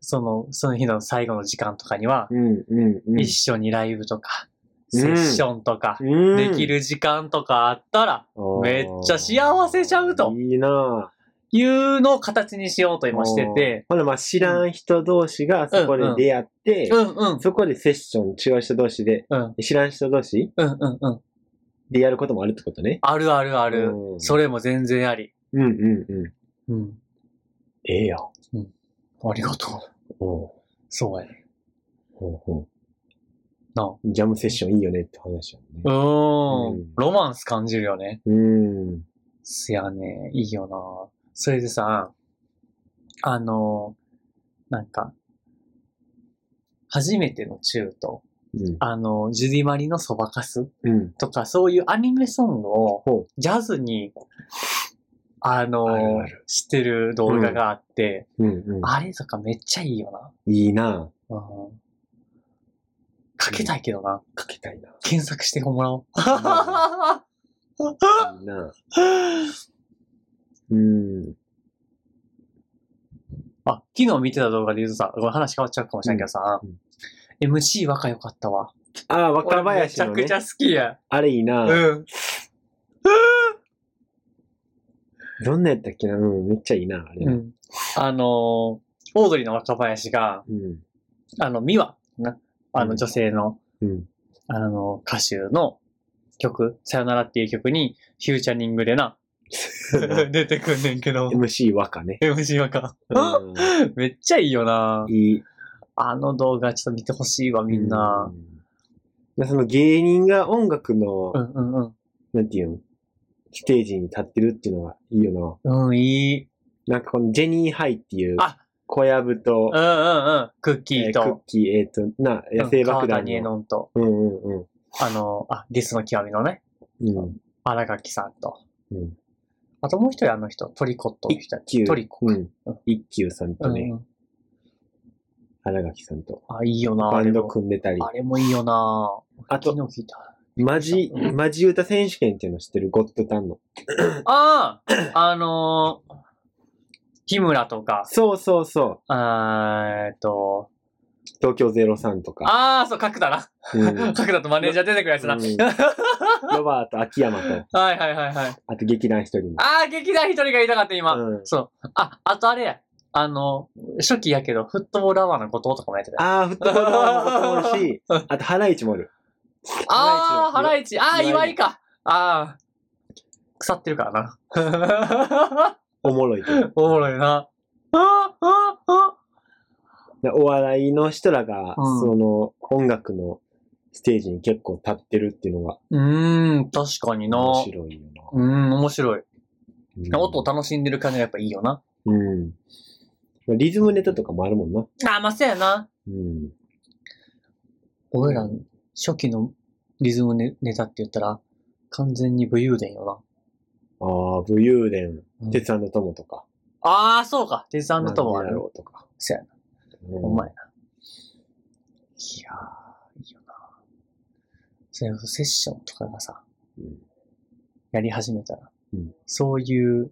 [SPEAKER 1] その、その日の最後の時間とかには、
[SPEAKER 2] うん。うん。
[SPEAKER 1] 一緒にライブとか、
[SPEAKER 2] うん
[SPEAKER 1] セッションとか、
[SPEAKER 2] うん。
[SPEAKER 1] できる時間とかあったら、
[SPEAKER 2] あー。
[SPEAKER 1] めっちゃ幸せちゃうと
[SPEAKER 2] いいなぁ。
[SPEAKER 1] いうのを形にしようと今してて、
[SPEAKER 2] ほな、まあ、知らん人同士がそこで出会って、
[SPEAKER 1] うんうん、
[SPEAKER 2] そこでセッション、中央人同士で、
[SPEAKER 1] うん、
[SPEAKER 2] 知らん人同士
[SPEAKER 1] うん、うん、うん。
[SPEAKER 2] でやることもあるってことね。
[SPEAKER 1] あるあるある
[SPEAKER 2] う。ん
[SPEAKER 1] それも全然あり。
[SPEAKER 2] うんうんうん。
[SPEAKER 1] うん。
[SPEAKER 2] ええよ。
[SPEAKER 1] ありがとう。
[SPEAKER 2] おう
[SPEAKER 1] そうやね。
[SPEAKER 2] ほうほ
[SPEAKER 1] なあ。
[SPEAKER 2] うジャムセッションいいよねって話よね
[SPEAKER 1] う。ー
[SPEAKER 2] うんん。
[SPEAKER 1] ロマンス感じるよね。
[SPEAKER 2] うん。
[SPEAKER 1] すやね。いいよな。それでさ、あの、なんか、初めてのチューと、
[SPEAKER 2] うん。
[SPEAKER 1] あの、ジュディマリのそばかす
[SPEAKER 2] うん。
[SPEAKER 1] とか、そういうアニメソング
[SPEAKER 2] ほ
[SPEAKER 1] をジャズに、あ
[SPEAKER 2] ある
[SPEAKER 1] の
[SPEAKER 2] ある、
[SPEAKER 1] してる動画があって、
[SPEAKER 2] うんう
[SPEAKER 1] あれとかめっちゃいいよな。
[SPEAKER 2] ん。いいなぁ
[SPEAKER 1] うんかけたいけどな。
[SPEAKER 2] かけたいなぁ
[SPEAKER 1] 検索してもらおう。
[SPEAKER 2] いいなぁうん。
[SPEAKER 1] あ、昨日見てた動画で言うとさ、これ話変わっちゃうかもしれんけどさ、
[SPEAKER 2] うん
[SPEAKER 1] MC 若よかったわ。
[SPEAKER 2] ああ、若林の、ね。
[SPEAKER 1] 俺めちゃくちゃ好きや。
[SPEAKER 2] あれいいなぁ
[SPEAKER 1] うん。
[SPEAKER 2] どんなやったっけなうん。めっちゃいいなぁあれ。
[SPEAKER 1] うん。あのー、オードリーの若林が、
[SPEAKER 2] うん。
[SPEAKER 1] あの、ミワ、なあ
[SPEAKER 2] う
[SPEAKER 1] の
[SPEAKER 2] ん
[SPEAKER 1] 女性の、
[SPEAKER 2] うん。
[SPEAKER 1] あの、歌手の曲、さよならっていう曲に、フューチャリングでな、 出てくんねんけど、
[SPEAKER 2] MC 若ね。
[SPEAKER 1] MC 若。
[SPEAKER 2] う ん
[SPEAKER 1] めっちゃいいよない
[SPEAKER 2] い。
[SPEAKER 1] あの動画ちょっと見てほしいわ、みんな
[SPEAKER 2] う。ん。その芸人が音楽の
[SPEAKER 1] う、んうんうん。
[SPEAKER 2] なんていうのステージに立ってるっていうのがいいよ
[SPEAKER 1] うん、いい。
[SPEAKER 2] な。なんかこのジェニーハイっていう、
[SPEAKER 1] あ、
[SPEAKER 2] 小籔と
[SPEAKER 1] う、んうんうん。クッキー
[SPEAKER 2] えークッ
[SPEAKER 1] と、
[SPEAKER 2] キー、えっ、と、な、野生爆弾
[SPEAKER 1] ニエ
[SPEAKER 2] の。
[SPEAKER 1] ノンと、
[SPEAKER 2] うんうんうん。
[SPEAKER 1] あの、あ、ゲスの極みのね、
[SPEAKER 2] うん。
[SPEAKER 1] 荒垣さんと。
[SPEAKER 2] うん。
[SPEAKER 1] あともう一人あの人、トリコットの人や
[SPEAKER 2] 一休。
[SPEAKER 1] トリコ
[SPEAKER 2] う
[SPEAKER 1] か。
[SPEAKER 2] ん。一休さんと
[SPEAKER 1] うん
[SPEAKER 2] ね、原垣さんと。
[SPEAKER 1] あ、いいよな
[SPEAKER 2] バ
[SPEAKER 1] あれ
[SPEAKER 2] ンド
[SPEAKER 1] も。
[SPEAKER 2] 組んでたり。
[SPEAKER 1] あれもいいよな
[SPEAKER 2] あと、
[SPEAKER 1] 昨日聞いた。
[SPEAKER 2] マジ、
[SPEAKER 1] う
[SPEAKER 2] マジ歌選手権っていうの知ってるゴッドタンの。
[SPEAKER 1] あああのー、日村とか、
[SPEAKER 2] そうそうそう。
[SPEAKER 1] あーえっと、
[SPEAKER 2] 東京03とか。
[SPEAKER 1] ああ、そう、角田な。
[SPEAKER 2] うん
[SPEAKER 1] 角田とマネージャー出てくるやつな。
[SPEAKER 2] うん
[SPEAKER 1] は
[SPEAKER 2] ロバート、秋山と、
[SPEAKER 1] いはいはいはい。
[SPEAKER 2] あと劇団一人も。
[SPEAKER 1] ああ、劇団一人がいたかった、今。
[SPEAKER 2] うん
[SPEAKER 1] そう。あ、あとあれや。あの、初期やけど、フットボールアワーの後藤とかもやってたよ。
[SPEAKER 2] ああ、フットボールもおるし、あと、ハライチもおる。
[SPEAKER 1] ああ、ハラ
[SPEAKER 2] イチ
[SPEAKER 1] イチ。ああ、
[SPEAKER 2] 岩
[SPEAKER 1] 岩
[SPEAKER 2] 井
[SPEAKER 1] 井か。ああ。腐ってるからな。
[SPEAKER 2] おもろいけど。
[SPEAKER 1] おもろいな。ああ、あ
[SPEAKER 2] でお笑いの人らが、
[SPEAKER 1] うん
[SPEAKER 2] その、音楽のステージに結構立ってるっていうのが
[SPEAKER 1] うーん、確かにな。
[SPEAKER 2] 面
[SPEAKER 1] う
[SPEAKER 2] 白いよな。
[SPEAKER 1] ーん、面白い。
[SPEAKER 2] うん
[SPEAKER 1] 音を楽しんでる感じがやっぱいいよな。
[SPEAKER 2] うん。リズムネタとかもあるもんな。
[SPEAKER 1] ああ、まあ、そうやな。
[SPEAKER 2] うん。
[SPEAKER 1] 俺ら、初期のリズムネネタって言ったら、完全に武勇伝よ
[SPEAKER 2] ああ、武勇伝、
[SPEAKER 1] な。うん
[SPEAKER 2] 鉄腕の友とか。
[SPEAKER 1] ああ、そうか。鉄腕
[SPEAKER 2] 鉄
[SPEAKER 1] の友ある。
[SPEAKER 2] ろうとか。
[SPEAKER 1] そうやな。
[SPEAKER 2] うん
[SPEAKER 1] ほんまやな。いやー、いいよな。それこそセッションとかがさ、
[SPEAKER 2] うん
[SPEAKER 1] やり始めたら、
[SPEAKER 2] うん
[SPEAKER 1] そういう、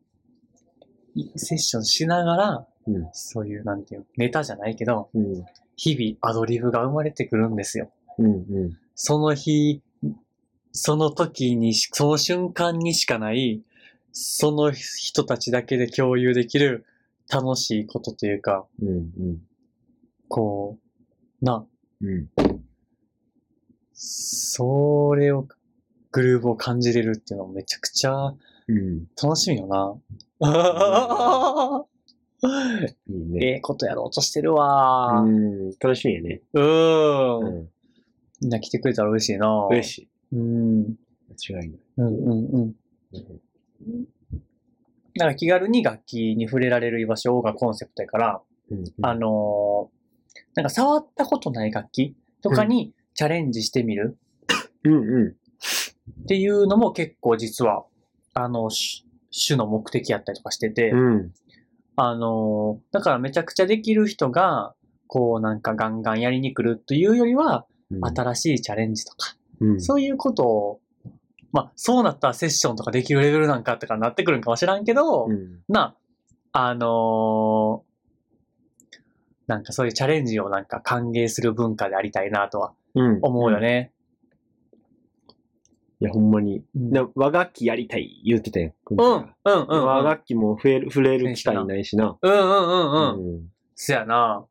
[SPEAKER 1] いセッションしながら、
[SPEAKER 2] うん
[SPEAKER 1] そういう、なんていう、ネタじゃないけど、
[SPEAKER 2] うん。
[SPEAKER 1] 日々アドリブが生まれてくるんですよ。
[SPEAKER 2] うん。うん。
[SPEAKER 1] その日、その時にし、その瞬間にしかない、その人たちだけで共有できる楽しいことというか、
[SPEAKER 2] うん。うん。
[SPEAKER 1] こう、な、
[SPEAKER 2] うん。
[SPEAKER 1] それを、グルーヴを感じれるっていうのはめちゃくちゃ
[SPEAKER 2] うん。
[SPEAKER 1] 楽しみよ な。
[SPEAKER 2] いい
[SPEAKER 1] え
[SPEAKER 2] ね。
[SPEAKER 1] えことやろうとしてるわ
[SPEAKER 2] う。ん。楽しみやね。
[SPEAKER 1] う。
[SPEAKER 2] うんん。
[SPEAKER 1] みんな来てくれたら嬉しいな。
[SPEAKER 2] 嬉しい。
[SPEAKER 1] うん。
[SPEAKER 2] 間違いない。
[SPEAKER 1] うんうんうん。
[SPEAKER 2] うん
[SPEAKER 1] なんか気軽に楽器に触れられる居場所がコンセプトやから、
[SPEAKER 2] うん。
[SPEAKER 1] あのーなんか触ったことない楽器とかにチャレンジしてみる
[SPEAKER 2] うんう
[SPEAKER 1] っていうのも結構実は、あの、し主の目的やったりとかしてて、
[SPEAKER 2] ん。うん。
[SPEAKER 1] あのーだからめちゃくちゃできる人が、こうなんかガンガンやりに来るというよりは、
[SPEAKER 2] うん
[SPEAKER 1] 新しいチャレンジとか、
[SPEAKER 2] うん
[SPEAKER 1] そういうことを、まあ、そうなったらセッションとかできるレベルなんかとかなってくるんかもしらんけど、
[SPEAKER 2] うん。
[SPEAKER 1] な、あのーなんかそういうチャレンジをなんか歓迎する文化でありたいなとは
[SPEAKER 2] うん。
[SPEAKER 1] 思うよね。
[SPEAKER 2] いや、ほんまに。
[SPEAKER 1] うん。うん、
[SPEAKER 2] な和楽器やりたい言ってたやん。
[SPEAKER 1] うん、うん、うん。うん、
[SPEAKER 2] 和
[SPEAKER 1] うん、
[SPEAKER 2] 楽器も触れる、触れる機会ないしな。
[SPEAKER 1] うん、うん。
[SPEAKER 2] ん。
[SPEAKER 1] そやな。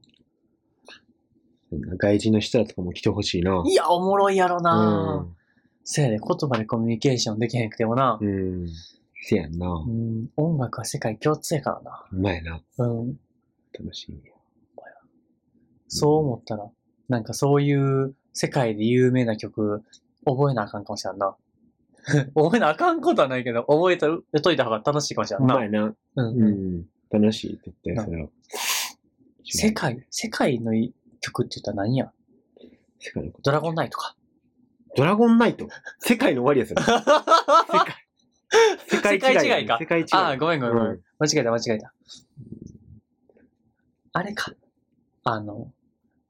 [SPEAKER 2] 外人の人らとかも来てほしいな。
[SPEAKER 1] いや、おもろいやろな。
[SPEAKER 2] う
[SPEAKER 1] せやで、言葉でコミュニケーションできへんくてもな。
[SPEAKER 2] ん。うん。せやんな。
[SPEAKER 1] う、
[SPEAKER 2] うん
[SPEAKER 1] 音楽は世界共通やからな。
[SPEAKER 2] まいな。
[SPEAKER 1] うん。
[SPEAKER 2] 楽しみや。
[SPEAKER 1] そう思ったら、なんかそういう世界で有名な曲、覚えなあかんかもしれんな。 覚えなあかんことはないけど、覚えとといた方が楽しいかもしれ
[SPEAKER 2] うん
[SPEAKER 1] な。
[SPEAKER 2] まいな。
[SPEAKER 1] うん
[SPEAKER 2] う
[SPEAKER 1] うん
[SPEAKER 2] ん。楽しい、絶対それは。
[SPEAKER 1] 世界、世界の曲って言ったら何や
[SPEAKER 2] 世界のこと。
[SPEAKER 1] ドラゴンナイトか。
[SPEAKER 2] ドラゴンナイト世界の終わりやつや世
[SPEAKER 1] 世
[SPEAKER 2] 界
[SPEAKER 1] 界違いか
[SPEAKER 2] 世界違い。
[SPEAKER 1] ああ、ごめんごめんごめん。
[SPEAKER 2] うん
[SPEAKER 1] 間違えた間違えた。あれか。あの、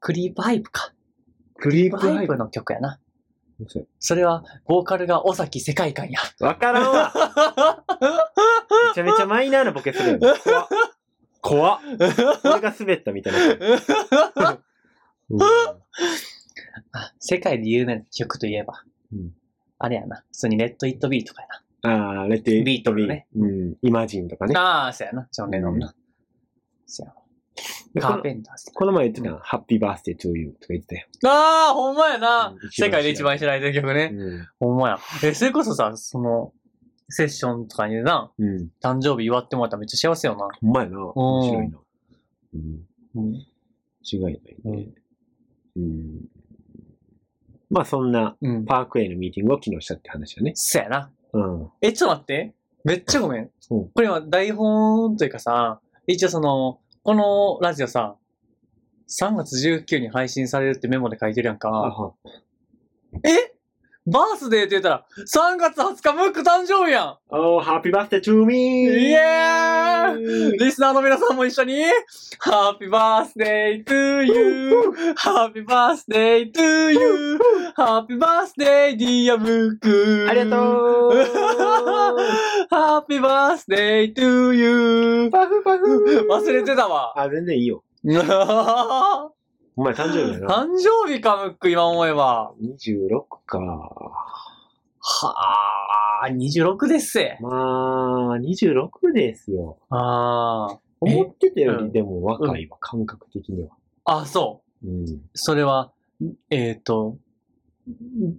[SPEAKER 1] クリープハイプか。
[SPEAKER 2] クリ
[SPEAKER 1] クリープ
[SPEAKER 2] ープ
[SPEAKER 1] ハ
[SPEAKER 2] ハ
[SPEAKER 1] イ
[SPEAKER 2] イ
[SPEAKER 1] プ
[SPEAKER 2] プ。
[SPEAKER 1] の曲やな。それは、ボーカルが尾崎世界観や。
[SPEAKER 2] わからんわ。めちゃめちゃマイナーなボケするよ。怖っ。怖っ。俺が滑ったみたいな。うん
[SPEAKER 1] あ世界で有名な曲といえば、
[SPEAKER 2] うん
[SPEAKER 1] あれやな。普通にレッド・イット・ビーとかや
[SPEAKER 2] ああ、レッド
[SPEAKER 1] ビートルね。
[SPEAKER 2] うん。イマジンとかね。
[SPEAKER 1] な。ああ、そうやな。ジョン・レノンな。そうや
[SPEAKER 2] で
[SPEAKER 1] カ
[SPEAKER 2] こ
[SPEAKER 1] ー
[SPEAKER 2] の
[SPEAKER 1] ペンターズとか。
[SPEAKER 2] この前言ってた、ハッピーバースデートゥーユーとか言って
[SPEAKER 1] ああ、ほんまやな
[SPEAKER 2] うん。一番
[SPEAKER 1] 世界で一番知られてる曲
[SPEAKER 2] た
[SPEAKER 1] ね。
[SPEAKER 2] よ。
[SPEAKER 1] ほんまや。え、それこそさ、その、セッションとかにな、
[SPEAKER 2] うん。うん。
[SPEAKER 1] 誕生日祝ってもらったらめっちゃ幸せよな。
[SPEAKER 2] ほんまやな。面白いな。うん。
[SPEAKER 1] うん。
[SPEAKER 2] 違いないね。うん。まあそんな、
[SPEAKER 1] うん。
[SPEAKER 2] パークウェイのミーティングを昨日したって話だね。
[SPEAKER 1] そうやな。
[SPEAKER 2] うん。
[SPEAKER 1] え、ちょっと待って。めっちゃごめん。
[SPEAKER 2] うん
[SPEAKER 1] これは台本というかさ、一応その、このラジオさ、3月19に配信されるってメモで書いてるやんか。
[SPEAKER 2] あ
[SPEAKER 1] えバースデーって言ったら、3月20日ムック誕生日やん
[SPEAKER 2] おー、ハッピーバースデートゥーミー
[SPEAKER 1] イエーイリスナーの皆さんも一緒に、ハッピーバースデートゥーユーハッピーバースデートゥーユーハッピーバースデーディアムック
[SPEAKER 2] ありがと う
[SPEAKER 1] ハッピーバースデートゥーユー
[SPEAKER 2] パフパフ
[SPEAKER 1] 忘れてた わ。
[SPEAKER 2] あ、全然いいよ。
[SPEAKER 1] 誕
[SPEAKER 2] お前誕生日だな。
[SPEAKER 1] 生日か、ムック、今思えば。
[SPEAKER 2] 26か。
[SPEAKER 1] はあ、26ですせ。
[SPEAKER 2] まあ、26ですよ。
[SPEAKER 1] ああ。
[SPEAKER 2] 思ってたよ
[SPEAKER 1] うん
[SPEAKER 2] り、でも若いわ、感覚的には。
[SPEAKER 1] あ、そう。
[SPEAKER 2] うん。
[SPEAKER 1] それは、えっ、と、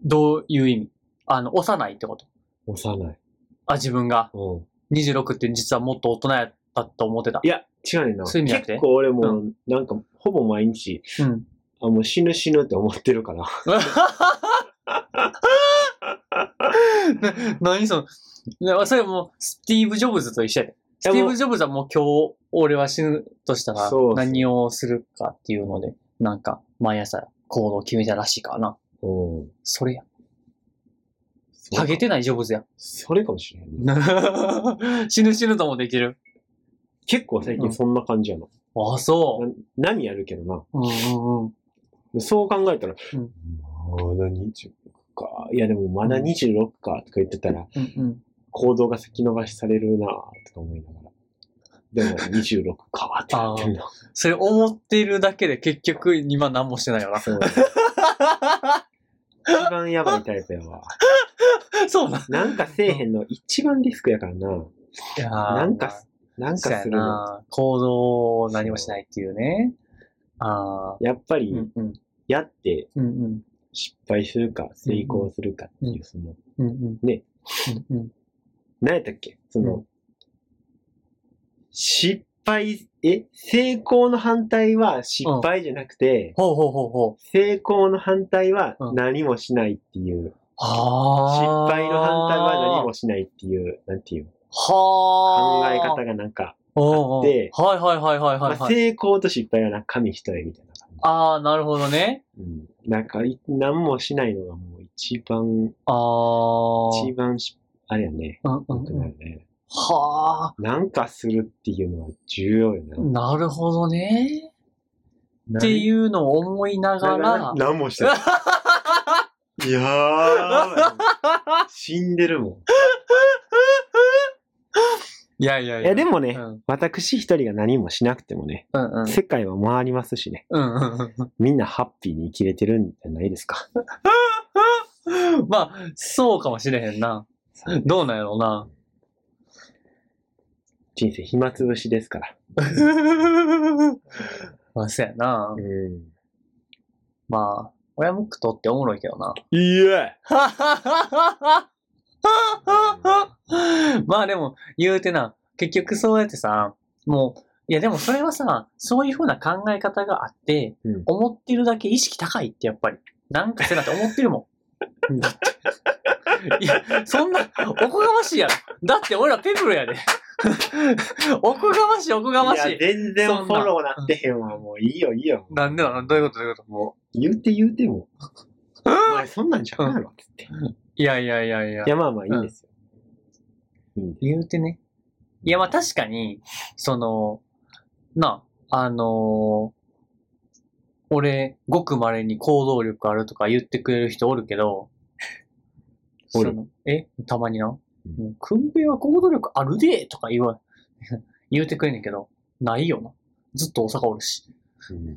[SPEAKER 1] どういう意味あの、幼いってこと
[SPEAKER 2] 幼い。
[SPEAKER 1] あ、自分が。
[SPEAKER 2] うん。
[SPEAKER 1] 26って実はもっと大人やったと思ってた
[SPEAKER 2] い。や、違うねんな。
[SPEAKER 1] そういう意味じゃなくて
[SPEAKER 2] 結構俺も、なんか、ほぼ毎日、
[SPEAKER 1] うん。
[SPEAKER 2] あ、もう死ぬ死ぬって思ってるから。
[SPEAKER 1] な何その、なそれもうスティーブ・ジョブズと一緒やで。スティーブ・ジョブズはもう今日、俺は死ぬとしたら
[SPEAKER 2] そうそう
[SPEAKER 1] 何をするかっていうので、なんか、毎朝行動を決めたらしいからな。
[SPEAKER 2] うん。
[SPEAKER 1] それや。
[SPEAKER 2] そう
[SPEAKER 1] ハゲてないジョブズ や。
[SPEAKER 2] それかもしれへんな。
[SPEAKER 1] 死ぬ死ぬともできる。
[SPEAKER 2] 結構最近そんな感じやの。
[SPEAKER 1] あ、そう。
[SPEAKER 2] な何やるけどな。
[SPEAKER 1] うんうんうん。
[SPEAKER 2] そう考えたら、
[SPEAKER 1] うん
[SPEAKER 2] まだ26か。いやでもまだ26かとか言ってたら、
[SPEAKER 1] うんうん。
[SPEAKER 2] 行動が先延ばしされるなとか思いながら。でも26かってなってんな。
[SPEAKER 1] それ思ってるだけで結局今何もしてないよな。
[SPEAKER 2] そう。 一番やばいタイプやわ。
[SPEAKER 1] そうな。
[SPEAKER 2] なんかせえへんの一番リスクやからな。
[SPEAKER 1] いやー
[SPEAKER 2] なんかす、なん
[SPEAKER 1] そう
[SPEAKER 2] か
[SPEAKER 1] や
[SPEAKER 2] するの。
[SPEAKER 1] な。行動を何もしないっていうね。ああ。
[SPEAKER 2] やっぱ
[SPEAKER 1] う
[SPEAKER 2] り
[SPEAKER 1] ん、うん。
[SPEAKER 2] やって
[SPEAKER 1] うんうん。
[SPEAKER 2] 失敗するか成功するかっていう、その、
[SPEAKER 1] うんうん。
[SPEAKER 2] ね。
[SPEAKER 1] うんうん。
[SPEAKER 2] 何やったっけその、
[SPEAKER 1] う
[SPEAKER 2] 失敗、え成功の反対は失敗じゃなくて、
[SPEAKER 1] ほうほうほうほう。
[SPEAKER 2] 成功の反対は
[SPEAKER 1] うん
[SPEAKER 2] 何もしないっていう、失
[SPEAKER 1] はあ。
[SPEAKER 2] 敗の反対は何もしないっていう、なんていう、考
[SPEAKER 1] はあ。
[SPEAKER 2] え方がなんか、
[SPEAKER 1] が
[SPEAKER 2] あって
[SPEAKER 1] はいはいはいはいはい、
[SPEAKER 2] まあ、
[SPEAKER 1] はい。
[SPEAKER 2] 成功と失敗はな神一重みたいな感じ。
[SPEAKER 1] ああ、なるほどね。
[SPEAKER 2] うん。なんかい、何もしないのがもう一番、
[SPEAKER 1] ああ。
[SPEAKER 2] 一番し、あれやね、
[SPEAKER 1] うんう
[SPEAKER 2] 良
[SPEAKER 1] ん
[SPEAKER 2] く
[SPEAKER 1] う
[SPEAKER 2] なる
[SPEAKER 1] ん、
[SPEAKER 2] ね。
[SPEAKER 1] はあ。
[SPEAKER 2] なんかするっていうのは重要よな。
[SPEAKER 1] なるほどね。って
[SPEAKER 2] う
[SPEAKER 1] いうのを思いながら。
[SPEAKER 2] 何 もしてない。いやー、死んでるも
[SPEAKER 1] いやいや
[SPEAKER 2] ん。
[SPEAKER 1] い
[SPEAKER 2] い
[SPEAKER 1] や。
[SPEAKER 2] や、でもね、
[SPEAKER 1] うん
[SPEAKER 2] 私一人が何もしなくてもね、
[SPEAKER 1] うんうん。
[SPEAKER 2] 世界は回りますしね、
[SPEAKER 1] うんうんう
[SPEAKER 2] みんなハッピーに生きれてるんじゃないですか。
[SPEAKER 1] ん。まあ、そうかもしれへんな。どうなんやろうな。
[SPEAKER 2] 人生暇つぶしですから。
[SPEAKER 1] まあ、そうやな。
[SPEAKER 2] う
[SPEAKER 1] まあ、親ムックとっておもろいけどな。
[SPEAKER 2] ん。いや
[SPEAKER 1] まあでも、言うてな、結局そうやってさ、もう、いやでもそれはさ、そういう風な考え方があって、
[SPEAKER 2] うん
[SPEAKER 1] 思ってるだけ意識高いってやっぱり、なんかせなって思ってるもん。だって。いや、そんな、おこがましいやろ。だって俺らペプルやで。おこがましい、おこがま
[SPEAKER 2] い
[SPEAKER 1] し
[SPEAKER 2] や、
[SPEAKER 1] い。
[SPEAKER 2] 全然フォローなってへんわ。もういいよ、いいよ。
[SPEAKER 1] なんでなのどういうことどういうことも
[SPEAKER 2] 言うて言うても、お前そんなんじゃんやろ、つって。
[SPEAKER 1] う。いやいやいやいや
[SPEAKER 2] い。や、まあまあいいんですよ。いいんです。
[SPEAKER 1] 言うてね。いや、まあ確かに、その、な、あのー俺、ごく稀に行動力あるとか言ってくれる人おるけど、
[SPEAKER 2] おる
[SPEAKER 1] そのえたまにな。うん、くんべいは行動力あるでとか言わ、 言うてくれんねんけど、ないよな。ずっと大阪おるし。
[SPEAKER 2] うん
[SPEAKER 1] い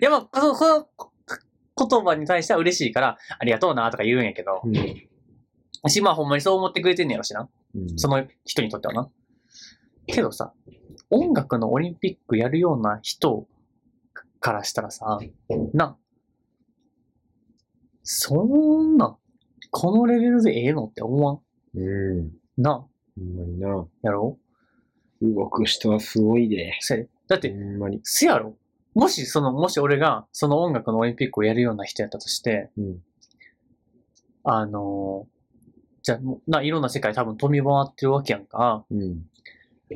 [SPEAKER 1] や、まあ、そその言葉に対しては嬉しいから、ありがとうなとか言うんやけど、し、まあほんまにそう思ってくれてんねやろしな。
[SPEAKER 2] うん
[SPEAKER 1] その人にとってはな。けどさ、音楽のオリンピックやるような人からしたらさ、な、そんな、このレベルでええのって思わん
[SPEAKER 2] うん。
[SPEAKER 1] な、
[SPEAKER 2] ほんまにな。
[SPEAKER 1] やろ
[SPEAKER 2] 動く人はすごいで。
[SPEAKER 1] せやでだっ
[SPEAKER 2] ほ
[SPEAKER 1] て、
[SPEAKER 2] んまに。
[SPEAKER 1] せやろもし、その、もし俺が、その音楽のオリンピックをやるような人やったとして、
[SPEAKER 2] うん。
[SPEAKER 1] あのじゃあ、もうな、いろんな世界多分飛び回ってるわけやんか。
[SPEAKER 2] うん。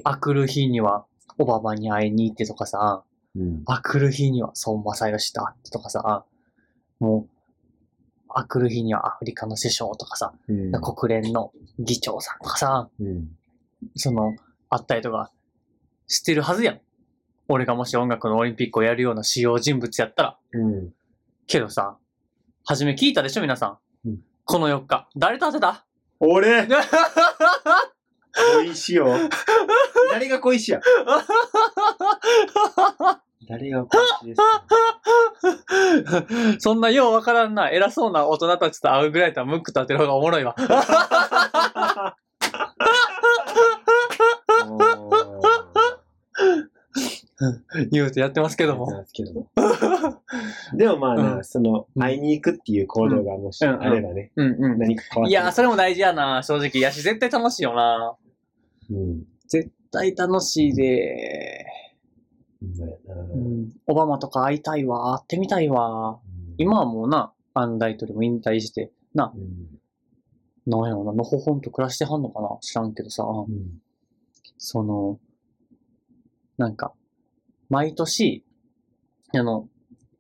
[SPEAKER 1] あくる日には、オバマに会いに行ってとかさ、
[SPEAKER 2] うん。
[SPEAKER 1] あくる日には孫正義だってとかさ、もう、あくる日にはアフリカの首相とかさ、
[SPEAKER 2] うん。
[SPEAKER 1] 国連の議長さんとかさ、
[SPEAKER 2] うん。
[SPEAKER 1] その、あったりとか、してるはずやん。俺がもし音楽のオリンピックをやるような主要人物やったら。
[SPEAKER 2] うん。
[SPEAKER 1] けどさ、はじめ聞いたでしょ皆さん。
[SPEAKER 2] うん
[SPEAKER 1] この4日、誰と当てた
[SPEAKER 2] 俺小石よ。誰が小石や。誰が小石ですか
[SPEAKER 1] そんなようわからんな、偉そうな大人たちと会うぐらいとはムックと当てる方がおもろいわ。
[SPEAKER 2] おー
[SPEAKER 1] 言うてやってますけども。
[SPEAKER 2] なんですけども。でもまあな、
[SPEAKER 1] う
[SPEAKER 2] その、会いに行くっていう行動がもし
[SPEAKER 1] うん
[SPEAKER 2] あればね、
[SPEAKER 1] うんうん。
[SPEAKER 2] 何か変わっ
[SPEAKER 1] い
[SPEAKER 2] てる
[SPEAKER 1] や、それも大事やな、正直。いやし、絶対楽しいよな。
[SPEAKER 2] うん。
[SPEAKER 1] 絶対楽しいで。
[SPEAKER 2] ほんまやな
[SPEAKER 1] うん。オバマとか会いたいわ、会ってみたいわ。今はもうな、あの大統領も引退して、な、
[SPEAKER 2] うん。
[SPEAKER 1] なんやろな、のほほんと暮らしてはんのかな知らんけどさ、
[SPEAKER 2] うん。
[SPEAKER 1] その、なんか、毎年、あの、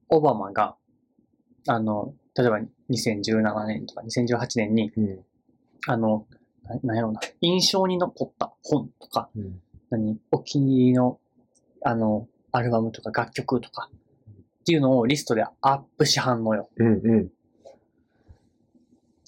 [SPEAKER 1] オバマが、あの、例えば2017年とか2018年に、
[SPEAKER 2] うん。
[SPEAKER 1] あの、ななんやろな、印象に残った本とか、
[SPEAKER 2] うん。
[SPEAKER 1] 何お気に入りの、あの、アルバムとか楽曲とかっていうのをリストでアップしはんのよ。
[SPEAKER 2] うん。うん。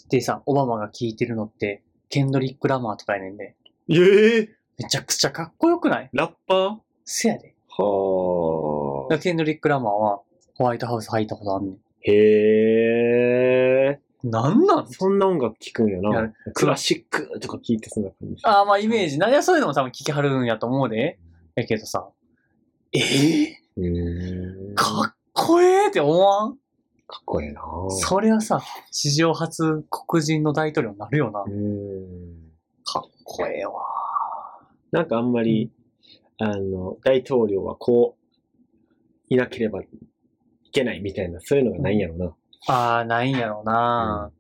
[SPEAKER 1] でさ、オバマが聴いてるのって、ケンドリック・ラマーとかやねんで、
[SPEAKER 2] ええ
[SPEAKER 1] めちゃくちゃかっこよくない
[SPEAKER 2] ラッパ
[SPEAKER 1] せやで。
[SPEAKER 2] ーは
[SPEAKER 1] ケンドリック・ラマーはホワイトハウス入ったことあんね
[SPEAKER 2] ー。へえ。
[SPEAKER 1] ん。なんなん
[SPEAKER 2] そんな音楽聴くんや
[SPEAKER 1] い
[SPEAKER 2] な
[SPEAKER 1] や。
[SPEAKER 2] クラシックとか聴いてそんな感じ。
[SPEAKER 1] ああ、まあイメージ。何やそういうのも多分聞きはるんやと思うで。やけどさ、ええ
[SPEAKER 2] うーん。
[SPEAKER 1] かっこええって思わん
[SPEAKER 2] かっこええな
[SPEAKER 1] それはさ、史上初黒人の大統領になるよな
[SPEAKER 2] う。ん。
[SPEAKER 1] かっこええわ。
[SPEAKER 2] なんかあんまり、あの、大統領はこう、いなければいけないみたいな、そういうのがないんやろな。
[SPEAKER 1] ああ、ないんやろうな、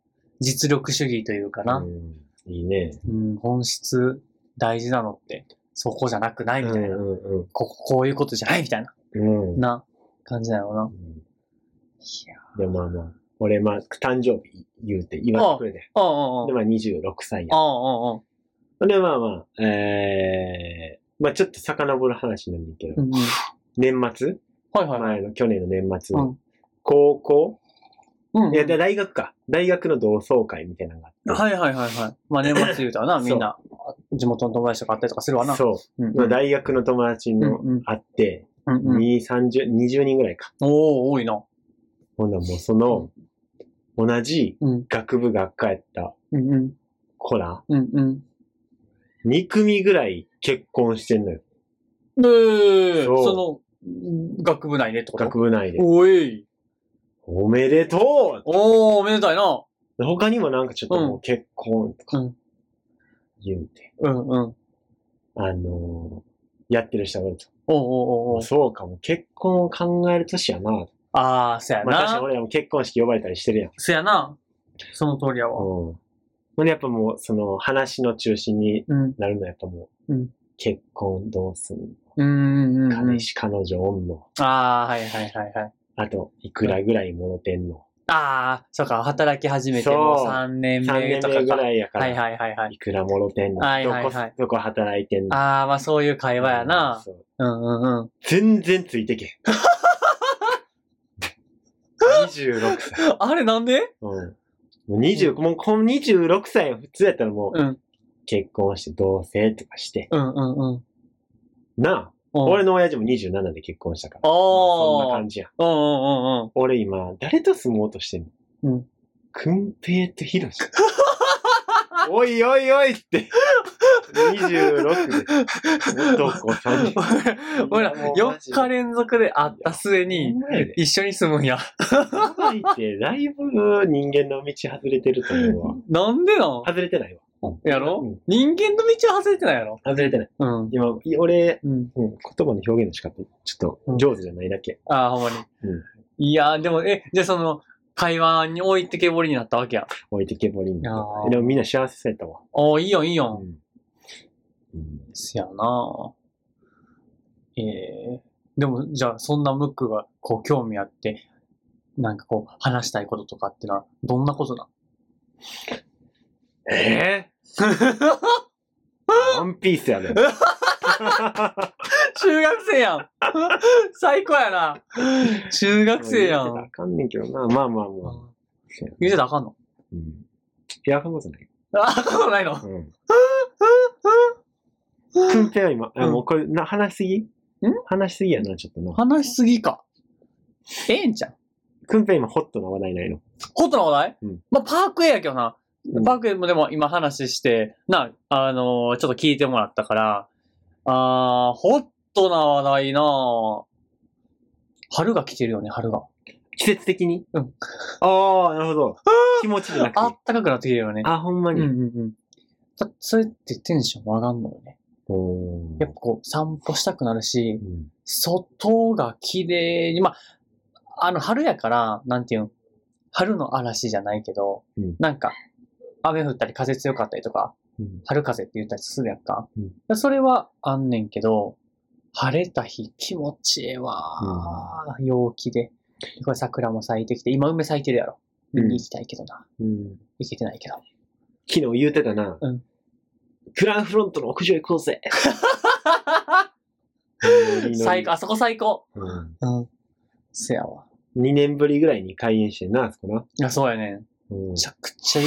[SPEAKER 1] 実力主義というかな、
[SPEAKER 2] うん、いいね。
[SPEAKER 1] うん。本質大事なのって、そこじゃなくな
[SPEAKER 2] う
[SPEAKER 1] い
[SPEAKER 2] ん
[SPEAKER 1] み
[SPEAKER 2] う
[SPEAKER 1] たいな。
[SPEAKER 2] ん
[SPEAKER 1] こここういうことじゃないみたいな、
[SPEAKER 2] うん。うん。
[SPEAKER 1] な感じなのな。いや
[SPEAKER 2] で、まあまあ、俺、まあ、誕生日言うて言わってくれて。
[SPEAKER 1] うんうん
[SPEAKER 2] で、
[SPEAKER 1] うん。
[SPEAKER 2] まあ、26歳や。
[SPEAKER 1] あ
[SPEAKER 2] で、まあまあ、えー、まあちょっと遡る話なんだけ
[SPEAKER 1] う
[SPEAKER 2] ど、
[SPEAKER 1] んうん。うんうん。
[SPEAKER 2] 年末
[SPEAKER 1] はいはいはい。
[SPEAKER 2] 前の、去年の年末
[SPEAKER 1] うん
[SPEAKER 2] の、高校、
[SPEAKER 1] うんうん。
[SPEAKER 2] いや、で大学か。大学の同窓会みたいなのがあって。
[SPEAKER 1] はいはいはいはい。まあ年末言うた らな、みんな、地元の友達とかあったりとかするわな。。
[SPEAKER 2] そう
[SPEAKER 1] んう
[SPEAKER 2] う。
[SPEAKER 1] ん、
[SPEAKER 2] まあ、大学の友達の
[SPEAKER 1] うんうん
[SPEAKER 2] あって、
[SPEAKER 1] うんうん、
[SPEAKER 2] 2、30、20人ぐらいか。
[SPEAKER 1] おお多いな。
[SPEAKER 2] ほんならもうその、同じ
[SPEAKER 1] うん。
[SPEAKER 2] 学部学科やった
[SPEAKER 1] うんうん。
[SPEAKER 2] 子ら、
[SPEAKER 1] うんうん。
[SPEAKER 2] 2組ぐらい結婚してんのよ。
[SPEAKER 1] で、
[SPEAKER 2] そう
[SPEAKER 1] その、学部内でってこと
[SPEAKER 2] 学部内で。
[SPEAKER 1] おい。
[SPEAKER 2] おめでと
[SPEAKER 1] おー、おめでたいな。
[SPEAKER 2] う他にもなんかちょっともう結婚と
[SPEAKER 1] う
[SPEAKER 2] か
[SPEAKER 1] ん。
[SPEAKER 2] 言うて、
[SPEAKER 1] うんうん。おう
[SPEAKER 2] あのーやってる人がいると。
[SPEAKER 1] おうおうおう
[SPEAKER 2] そうかも、結婚を考える年やな。
[SPEAKER 1] あー、そや
[SPEAKER 2] まあ確かに
[SPEAKER 1] な。
[SPEAKER 2] 俺らも結婚式呼ばれたりしてるやん。
[SPEAKER 1] そやな。その通りやわ。
[SPEAKER 2] うん。ほんでやっぱもう、その話の中心に
[SPEAKER 1] うん。
[SPEAKER 2] なるのはやっぱもう、
[SPEAKER 1] うん
[SPEAKER 2] 結婚どうすん
[SPEAKER 1] うんうん
[SPEAKER 2] の
[SPEAKER 1] うんうん
[SPEAKER 2] 彼。氏、彼女おんの
[SPEAKER 1] あー、はいはいはいはい。
[SPEAKER 2] あと、いくらぐらいもろてんの、
[SPEAKER 1] あー、そうか、働き始めても
[SPEAKER 2] そう
[SPEAKER 1] う3年
[SPEAKER 2] ?3
[SPEAKER 1] 目
[SPEAKER 2] 年
[SPEAKER 1] と
[SPEAKER 2] 目
[SPEAKER 1] か
[SPEAKER 2] ぐ
[SPEAKER 1] か。
[SPEAKER 2] らいやから、
[SPEAKER 1] はい
[SPEAKER 2] い
[SPEAKER 1] はいはいはい。
[SPEAKER 2] くらもろてんの、
[SPEAKER 1] はいはいはい
[SPEAKER 2] どこ、どこ働いてんの
[SPEAKER 1] あー、まあそういう会話やな。
[SPEAKER 2] そう
[SPEAKER 1] うんうんうん。
[SPEAKER 2] 全然ついて けん。26歳。
[SPEAKER 1] あれなんで
[SPEAKER 2] うん。もう20、もうこの26歳は普通やったらもう、
[SPEAKER 1] うん。
[SPEAKER 2] 結婚して同棲とかして。
[SPEAKER 1] うんうんうん。
[SPEAKER 2] なあ、俺の親父も27で結婚したから。
[SPEAKER 1] おー
[SPEAKER 2] まあそんな感じやん。
[SPEAKER 1] うんうんうんうん。
[SPEAKER 2] 俺今、誰と住もうとしてんの
[SPEAKER 1] うん。
[SPEAKER 2] くんぺいとひろし。 おいおいおいって。26で。男3人。
[SPEAKER 1] ほら、
[SPEAKER 2] いやもうマ
[SPEAKER 1] 4
[SPEAKER 2] ジ
[SPEAKER 1] 日連続で会った末に
[SPEAKER 2] ほん、まやで
[SPEAKER 1] 一緒に住むんや。
[SPEAKER 2] やばいって、だいぶ人間の道外れてると思 うわ。
[SPEAKER 1] なんでなん
[SPEAKER 2] 外れてないわ。
[SPEAKER 1] や
[SPEAKER 2] う
[SPEAKER 1] ろ
[SPEAKER 2] ん
[SPEAKER 1] 人間の道は外れてないやろ
[SPEAKER 2] 外れてない。
[SPEAKER 1] うん。
[SPEAKER 2] 今、い俺、
[SPEAKER 1] うん。
[SPEAKER 2] うん、言葉の表現の仕方、ちょっと上手じゃないだけ。
[SPEAKER 1] ああ、ほんまに
[SPEAKER 2] うん。
[SPEAKER 1] いやー、でも、え、じゃあその、会話に置いてけぼりになったわけや。
[SPEAKER 2] 置いてけぼりになっ
[SPEAKER 1] あ
[SPEAKER 2] た。
[SPEAKER 1] ー
[SPEAKER 2] でもみんな幸せそうやったわ。
[SPEAKER 1] おー、いいよいいうよ。
[SPEAKER 2] ん。うん
[SPEAKER 1] すやなええでも、じゃあ、そんなムックが、こう、興味あって、なんかこう、話したいこととかってのは、どんなことな
[SPEAKER 2] え ぇワンピースやで。
[SPEAKER 1] 中学生やん 最高やな中学生や
[SPEAKER 2] 言うてたらあ
[SPEAKER 1] ん
[SPEAKER 2] かんねんけどな。まあまあまあ。そうやな
[SPEAKER 1] 言うてたらあかんの
[SPEAKER 2] うん。いや、あかんことない。
[SPEAKER 1] ああかんのないの
[SPEAKER 2] うん。くんぺは今、あもうこれ、な、話しすぎん話しすぎやな、ちょっとな。
[SPEAKER 1] 話しすぎか。ええんちゃう
[SPEAKER 2] くんぺ今、ホットな話題ないの。
[SPEAKER 1] ホットな話題、
[SPEAKER 2] うん
[SPEAKER 1] まあ、パークウェイやけどな。
[SPEAKER 2] うん
[SPEAKER 1] パークウェイもでも今話して、な、あのーちょっと聞いてもらったから、あー、ホットな話題なぁ春が来てるよね、春が。
[SPEAKER 2] 季節的に
[SPEAKER 1] うん。
[SPEAKER 2] ああ、なるほど。気持ちじゃな
[SPEAKER 1] あ
[SPEAKER 2] く。
[SPEAKER 1] ってたかくなってきてるよね。
[SPEAKER 2] あ、ほんま
[SPEAKER 1] うんう
[SPEAKER 2] に。
[SPEAKER 1] んうん。だそれってテンション上がんのよね。
[SPEAKER 2] おー
[SPEAKER 1] やっぱこう、散歩したくなるし
[SPEAKER 2] う、ん
[SPEAKER 1] 外が綺麗に、まあ、あの、春やから、なんていうん、春の嵐じゃないけど、
[SPEAKER 2] うん
[SPEAKER 1] なんか、雨降ったり風強かったりとか、
[SPEAKER 2] うん
[SPEAKER 1] 春風って言ったりするやんか。
[SPEAKER 2] うん
[SPEAKER 1] だからそれはあんねんけど、晴れた日気持ちええわ、陽気で。これ桜も咲いてきて、今梅咲いてるやろ。見に行きたいけどな。
[SPEAKER 2] うん
[SPEAKER 1] 行けてないけど。
[SPEAKER 2] 昨日言うてたな
[SPEAKER 1] うん。
[SPEAKER 2] クランフロントの屋上行こうぜ。
[SPEAKER 1] 最高、あそこ最高。
[SPEAKER 2] うん
[SPEAKER 1] うん。せやわ。
[SPEAKER 2] 2年ぶりぐらいに開園してんな、あそこな。
[SPEAKER 1] いや、そうやねん。
[SPEAKER 2] うん
[SPEAKER 1] めちゃくちゃう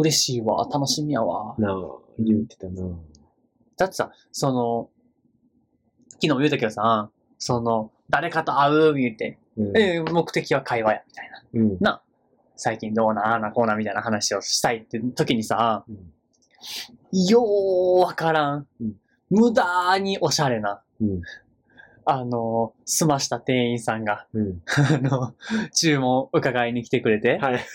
[SPEAKER 1] 嬉しいわ。楽しみやわ。
[SPEAKER 2] なあ、言うてたな。
[SPEAKER 1] だってさ、その、昨日言うたけどさ、その、誰かと会う、言うて、
[SPEAKER 2] うん
[SPEAKER 1] えー目的は会話や、みたいな。
[SPEAKER 2] うん。
[SPEAKER 1] 最近どうな、あーな、こうな、みたいな話をしたいって時にさ、
[SPEAKER 2] うん
[SPEAKER 1] ようわからん
[SPEAKER 2] うん。
[SPEAKER 1] 無駄におしゃれな。
[SPEAKER 2] うん。
[SPEAKER 1] あの、済ました店員さんが、
[SPEAKER 2] うん。
[SPEAKER 1] あの、注文伺いに来てくれて、
[SPEAKER 2] はい。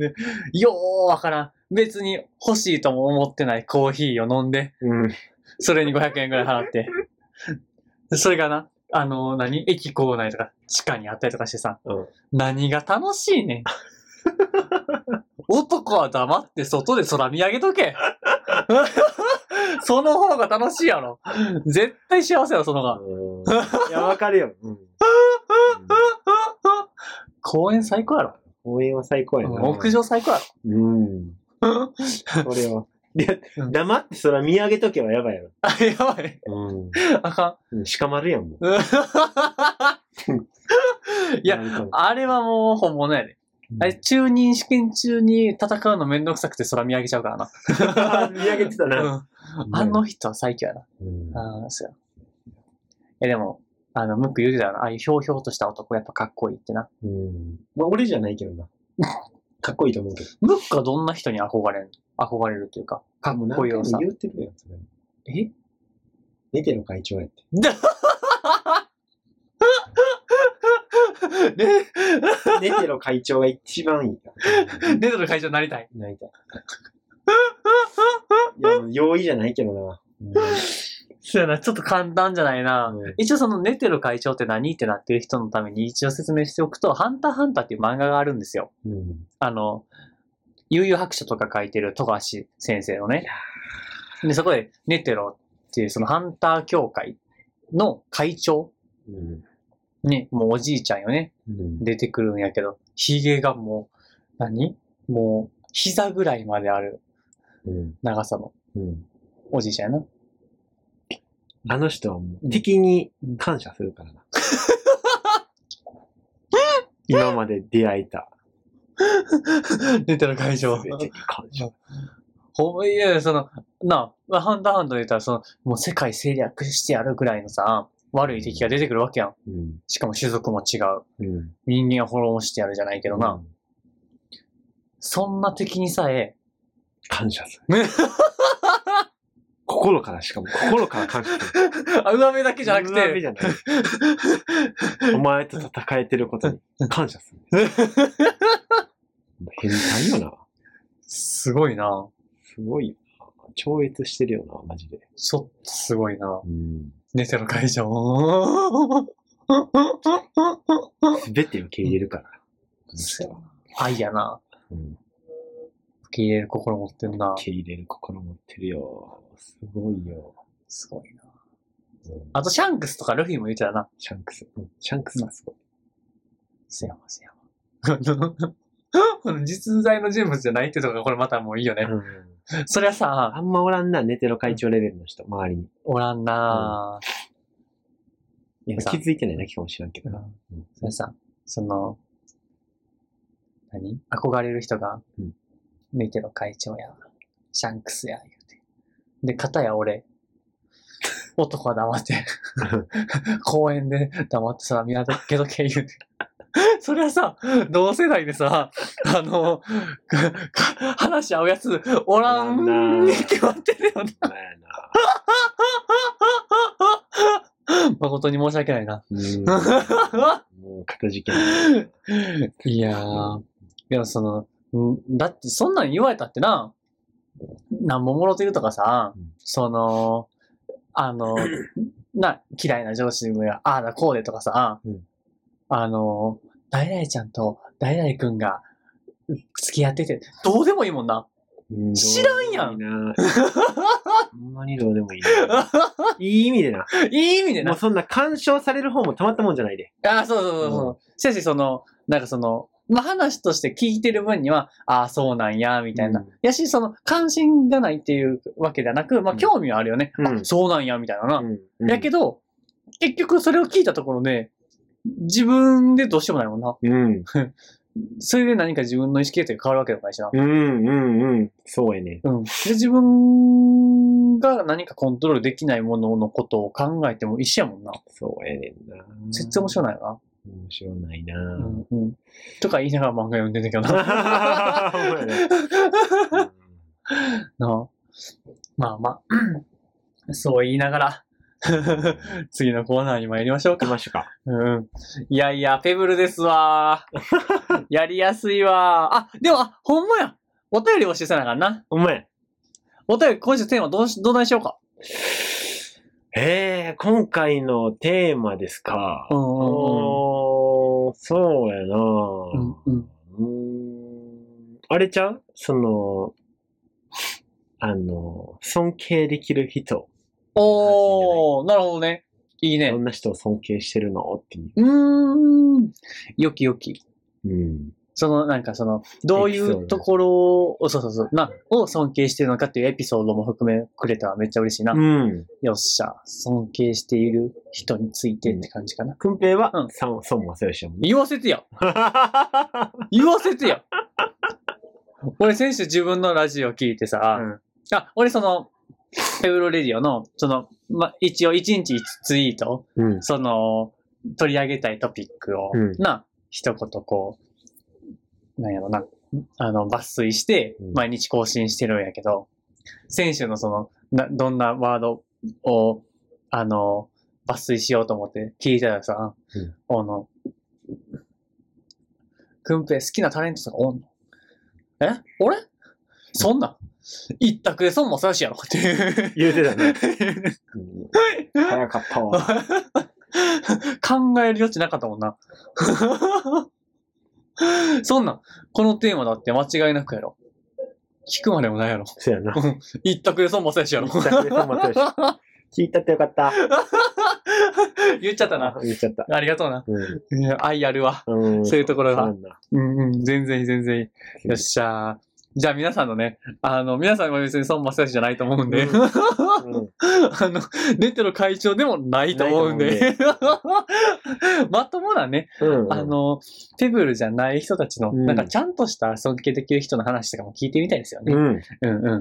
[SPEAKER 1] でようわからん。別に欲しいとも思ってないコーヒーを飲んで、
[SPEAKER 2] うん。
[SPEAKER 1] それに500円ぐらい払って。それがな、あの、何駅構内とか地下にあったりとかしてさ、
[SPEAKER 2] うん
[SPEAKER 1] 何が楽しいねん。男は黙って外で空見上げとけ。その方が楽しいやろ。絶対幸せやろ、その方が。
[SPEAKER 2] いや、わかるよ。うん。
[SPEAKER 1] 公園最高やろ。
[SPEAKER 2] 応援は最高やな。
[SPEAKER 1] 屋。上最高や
[SPEAKER 2] うん。
[SPEAKER 1] ろ。
[SPEAKER 2] これは。いや
[SPEAKER 1] う、ん
[SPEAKER 2] 黙ってそら見上げとけばやばいやろ。
[SPEAKER 1] あ、やばい。
[SPEAKER 2] うん
[SPEAKER 1] あかん。
[SPEAKER 2] うん。鹿丸やん、もう。
[SPEAKER 1] いや、
[SPEAKER 2] なんか
[SPEAKER 1] あれはもう本物やで。あれ、中任試験中に戦うのめんどくさくて空見上げちゃうからな。
[SPEAKER 2] 見上げてたな。
[SPEAKER 1] うんあの人は最強やな。
[SPEAKER 2] うん、
[SPEAKER 1] ああ、そうや。え、でも、あの、ムック言うてたよな。ああいうひょうひょうとした男やっぱかっこいいってな。
[SPEAKER 2] うん。まあ、俺じゃないけどな。 かっこいいと思うけど。
[SPEAKER 1] ムックはどんな人に憧れる憧れるというか、かっこいいよさ
[SPEAKER 2] もう何回も。言ってるやつね。
[SPEAKER 1] え
[SPEAKER 2] 寝ての会長やって。
[SPEAKER 1] ね、
[SPEAKER 2] 寝ての会長が一番いい。
[SPEAKER 1] ネトの会長になりたい。
[SPEAKER 2] 泣 いた。いや、もう容易じゃないけどな。うん
[SPEAKER 1] そうやな、ちょっと簡単じゃないな。
[SPEAKER 2] うん
[SPEAKER 1] 一応そのネテロ会長って何ってなってる人のために一応説明しておくと、ハンターハンターっていう漫画があるんですよ。
[SPEAKER 2] うん。
[SPEAKER 1] あの、悠々白書とか書いてる富樫先生のね。で、そこでネテロっていうそのハンター協会の会長
[SPEAKER 2] うん。
[SPEAKER 1] ね、もうおじいちゃんよね。
[SPEAKER 2] うん。
[SPEAKER 1] 出てくるんやけど、ヒゲがもう、何もう、膝ぐらいまである
[SPEAKER 2] うん。
[SPEAKER 1] 長さの
[SPEAKER 2] うん。
[SPEAKER 1] おじいちゃんやな。
[SPEAKER 2] あの人はもう敵に感謝す るからな。今まで出会えた。
[SPEAKER 1] ネテロ会長。
[SPEAKER 2] 全てに感謝。
[SPEAKER 1] ほんいやいや、その、なあ、ハンターハンターで言ったら、その、もう世界制略してやるぐらいのさ、悪い敵が出てくるわけやん。
[SPEAKER 2] うん。
[SPEAKER 1] しかも種族も違う。
[SPEAKER 2] うん。
[SPEAKER 1] 人間を滅ぼしてやるじゃないけどな。。そんな敵にさえ、
[SPEAKER 2] 感謝す
[SPEAKER 1] ね
[SPEAKER 2] る。 心からしかも、心から感謝する。
[SPEAKER 1] あ上目だけじゃなく
[SPEAKER 2] 上
[SPEAKER 1] て、
[SPEAKER 2] 辺 じゃないお前と戦えてることに感謝する。変態よな。
[SPEAKER 1] すごいな。
[SPEAKER 2] すごいよな。超越してるよな、マジで。
[SPEAKER 1] ちょっとすごいな。
[SPEAKER 2] うん。
[SPEAKER 1] ネテロ会場。
[SPEAKER 2] すべて受け入れるから。この人は
[SPEAKER 1] 愛やな。
[SPEAKER 2] うん
[SPEAKER 1] 受け入れる心持ってんな。
[SPEAKER 2] 受け入れる心持ってるよ。すごいよ。
[SPEAKER 1] すごいな。
[SPEAKER 2] うん
[SPEAKER 1] あと、シャンクスとかルフィも言ってたな。
[SPEAKER 2] シャンクス。うんシャンクスがすごい。
[SPEAKER 1] せやわ、せやわ。 この実在の人物じゃないってとこがこれまたもういいよね。そりゃさ、
[SPEAKER 2] あんまおらんな、ネテロ会長レベルの人、周りに。
[SPEAKER 1] おらんなぁ。いやさ
[SPEAKER 2] 気、づいてないだけかもしれんけどな。
[SPEAKER 1] うんそれさ、その、何憧れる人が
[SPEAKER 2] うん、
[SPEAKER 1] ネテロ会長や、シャンクスや、言うて。で、片や俺、男は黙って、公園で黙ってさ、見上げとけ、言うて。それはさ、同世代でさ、あの、かか話し合うやつ、おら
[SPEAKER 2] おら
[SPEAKER 1] ん
[SPEAKER 2] んな
[SPEAKER 1] に決まってるよな。
[SPEAKER 2] まあやな
[SPEAKER 1] 誠に申し訳ない な。
[SPEAKER 2] うんもう、かたじけない。
[SPEAKER 1] いやー、でもその、んだってそんなん言われたってな、なんぼもろてるとかさ
[SPEAKER 2] うん、
[SPEAKER 1] その、あ の、な、嫌いな上司が、ああだこうでとかさ、
[SPEAKER 2] うん
[SPEAKER 1] あの、誰々ちゃんと誰々くんがう付き合ってて、どうでもいいもんな。
[SPEAKER 2] うん
[SPEAKER 1] 知らんやん
[SPEAKER 2] どうでもいいなほんまにどうでもいいな。いい意味でな。
[SPEAKER 1] いい意味で
[SPEAKER 2] もう
[SPEAKER 1] な。
[SPEAKER 2] そんな干渉される方もたまったもんじゃないで。
[SPEAKER 1] ああ、そうそうそうそう。しかし、その、なんかその、まあ、話として聞いてる分には、ああ、そうなんや、みたいな。
[SPEAKER 2] うん
[SPEAKER 1] やし、その、関心がないっていうわけではなく、まあ、
[SPEAKER 2] うん
[SPEAKER 1] 興味はあるよね。
[SPEAKER 2] うん
[SPEAKER 1] あ、そうなんや、みたいなな。
[SPEAKER 2] うん
[SPEAKER 1] やけど、結局それを聞いたところで、自分でどうしようもないもんな。
[SPEAKER 2] うん。
[SPEAKER 1] それで何か自分の意識形態が変わるわけでもないしな。
[SPEAKER 2] うん、うん、うん。そうやね。
[SPEAKER 1] うん。で、自分が何かコントロールできないもののことを考えても一緒やもんな。
[SPEAKER 2] そうやねんな。
[SPEAKER 1] 絶対面白ないよな。
[SPEAKER 2] い。面白ないな。
[SPEAKER 1] う んうんとか言いながら漫画読んでんだけどな。
[SPEAKER 2] ほんまやねうん
[SPEAKER 1] なあまあまあ、そう言いながら、 次のコーナーに参りましょう
[SPEAKER 2] 行き
[SPEAKER 1] か。
[SPEAKER 2] ましょうか。
[SPEAKER 1] うん。いやいや、ペブルですわ ー。やりやすいわー。あ、でも、あ、ほんまや。お便り募集せなあかんな。
[SPEAKER 2] お前。
[SPEAKER 1] お便り、今週テーマどうし、どうなんしようか。
[SPEAKER 2] えー、今回のテーマですか。
[SPEAKER 1] うん
[SPEAKER 2] おーそうやな
[SPEAKER 1] うんうん。
[SPEAKER 2] うーんあれちゃうその、あの、尊敬できる人。
[SPEAKER 1] おー、なるほどね。いいね
[SPEAKER 2] ど。んな人を尊敬してるのっていう
[SPEAKER 1] ーん。よきよき。
[SPEAKER 2] う。うん。
[SPEAKER 1] その、なんかその、どうい
[SPEAKER 2] エピソード
[SPEAKER 1] うところを、そうそうそう、な、を尊敬してるのかっていうエピソードも含めくれたらめっちゃ嬉しいな。
[SPEAKER 2] うん。
[SPEAKER 1] よっしゃ。尊敬している人についてって感じかな。
[SPEAKER 2] くんぺいは、
[SPEAKER 1] うん
[SPEAKER 2] さん、孫正義やも んね。
[SPEAKER 1] 言わせてや。言わせてや。 俺先週自分のラジオ聞いてさ、
[SPEAKER 2] うん
[SPEAKER 1] あ、俺その、ペブロレディオの、その、ま、一応1日1ツイート、
[SPEAKER 2] うん。
[SPEAKER 1] その、取り上げたいトピックを、
[SPEAKER 2] うん
[SPEAKER 1] な、一言こう、なんやろな、あの、抜粋して
[SPEAKER 2] うん、
[SPEAKER 1] 毎日更新してるんやけど、選手のその、な、どんなワードを、あの、抜粋しようと思って聞いたらさ、
[SPEAKER 2] うん
[SPEAKER 1] あの、くんぺい好きなタレントとかおんのえ俺そんなん一択で損もさしやろっていう。
[SPEAKER 2] 言うてた ね。うん早かったわ。
[SPEAKER 1] 考える余地なかったもんな。 そんなん、このテーマだって間違いなくやろ。聞くまでもないやろ。
[SPEAKER 2] そうやな。
[SPEAKER 1] 一択で損もせんしやろ。
[SPEAKER 2] 一択で損もせんし聞いたってよかった。
[SPEAKER 1] 言っちゃったな。
[SPEAKER 2] 言っちゃった。
[SPEAKER 1] ありがとうな。
[SPEAKER 2] うん。
[SPEAKER 1] いや愛あるわ。
[SPEAKER 2] うん
[SPEAKER 1] そういうところが
[SPEAKER 2] そうなんだ
[SPEAKER 1] うんうん、全然いい、全然いい。よっしゃー。じゃあ皆さんのね、あの、皆さんは別に孫正義じゃないと思うんで、
[SPEAKER 2] う ん
[SPEAKER 1] あ
[SPEAKER 2] うん
[SPEAKER 1] の、出てる会長でもないと思うん
[SPEAKER 2] な
[SPEAKER 1] で
[SPEAKER 2] い、
[SPEAKER 1] まともなね、
[SPEAKER 2] うんうん
[SPEAKER 1] あの、ペブルじゃない人たちの、
[SPEAKER 2] うん
[SPEAKER 1] なんかちゃんとした尊敬できる人の話とかも聞いてみたいですよ
[SPEAKER 2] う
[SPEAKER 1] ね。
[SPEAKER 2] ん。
[SPEAKER 1] うん、うん、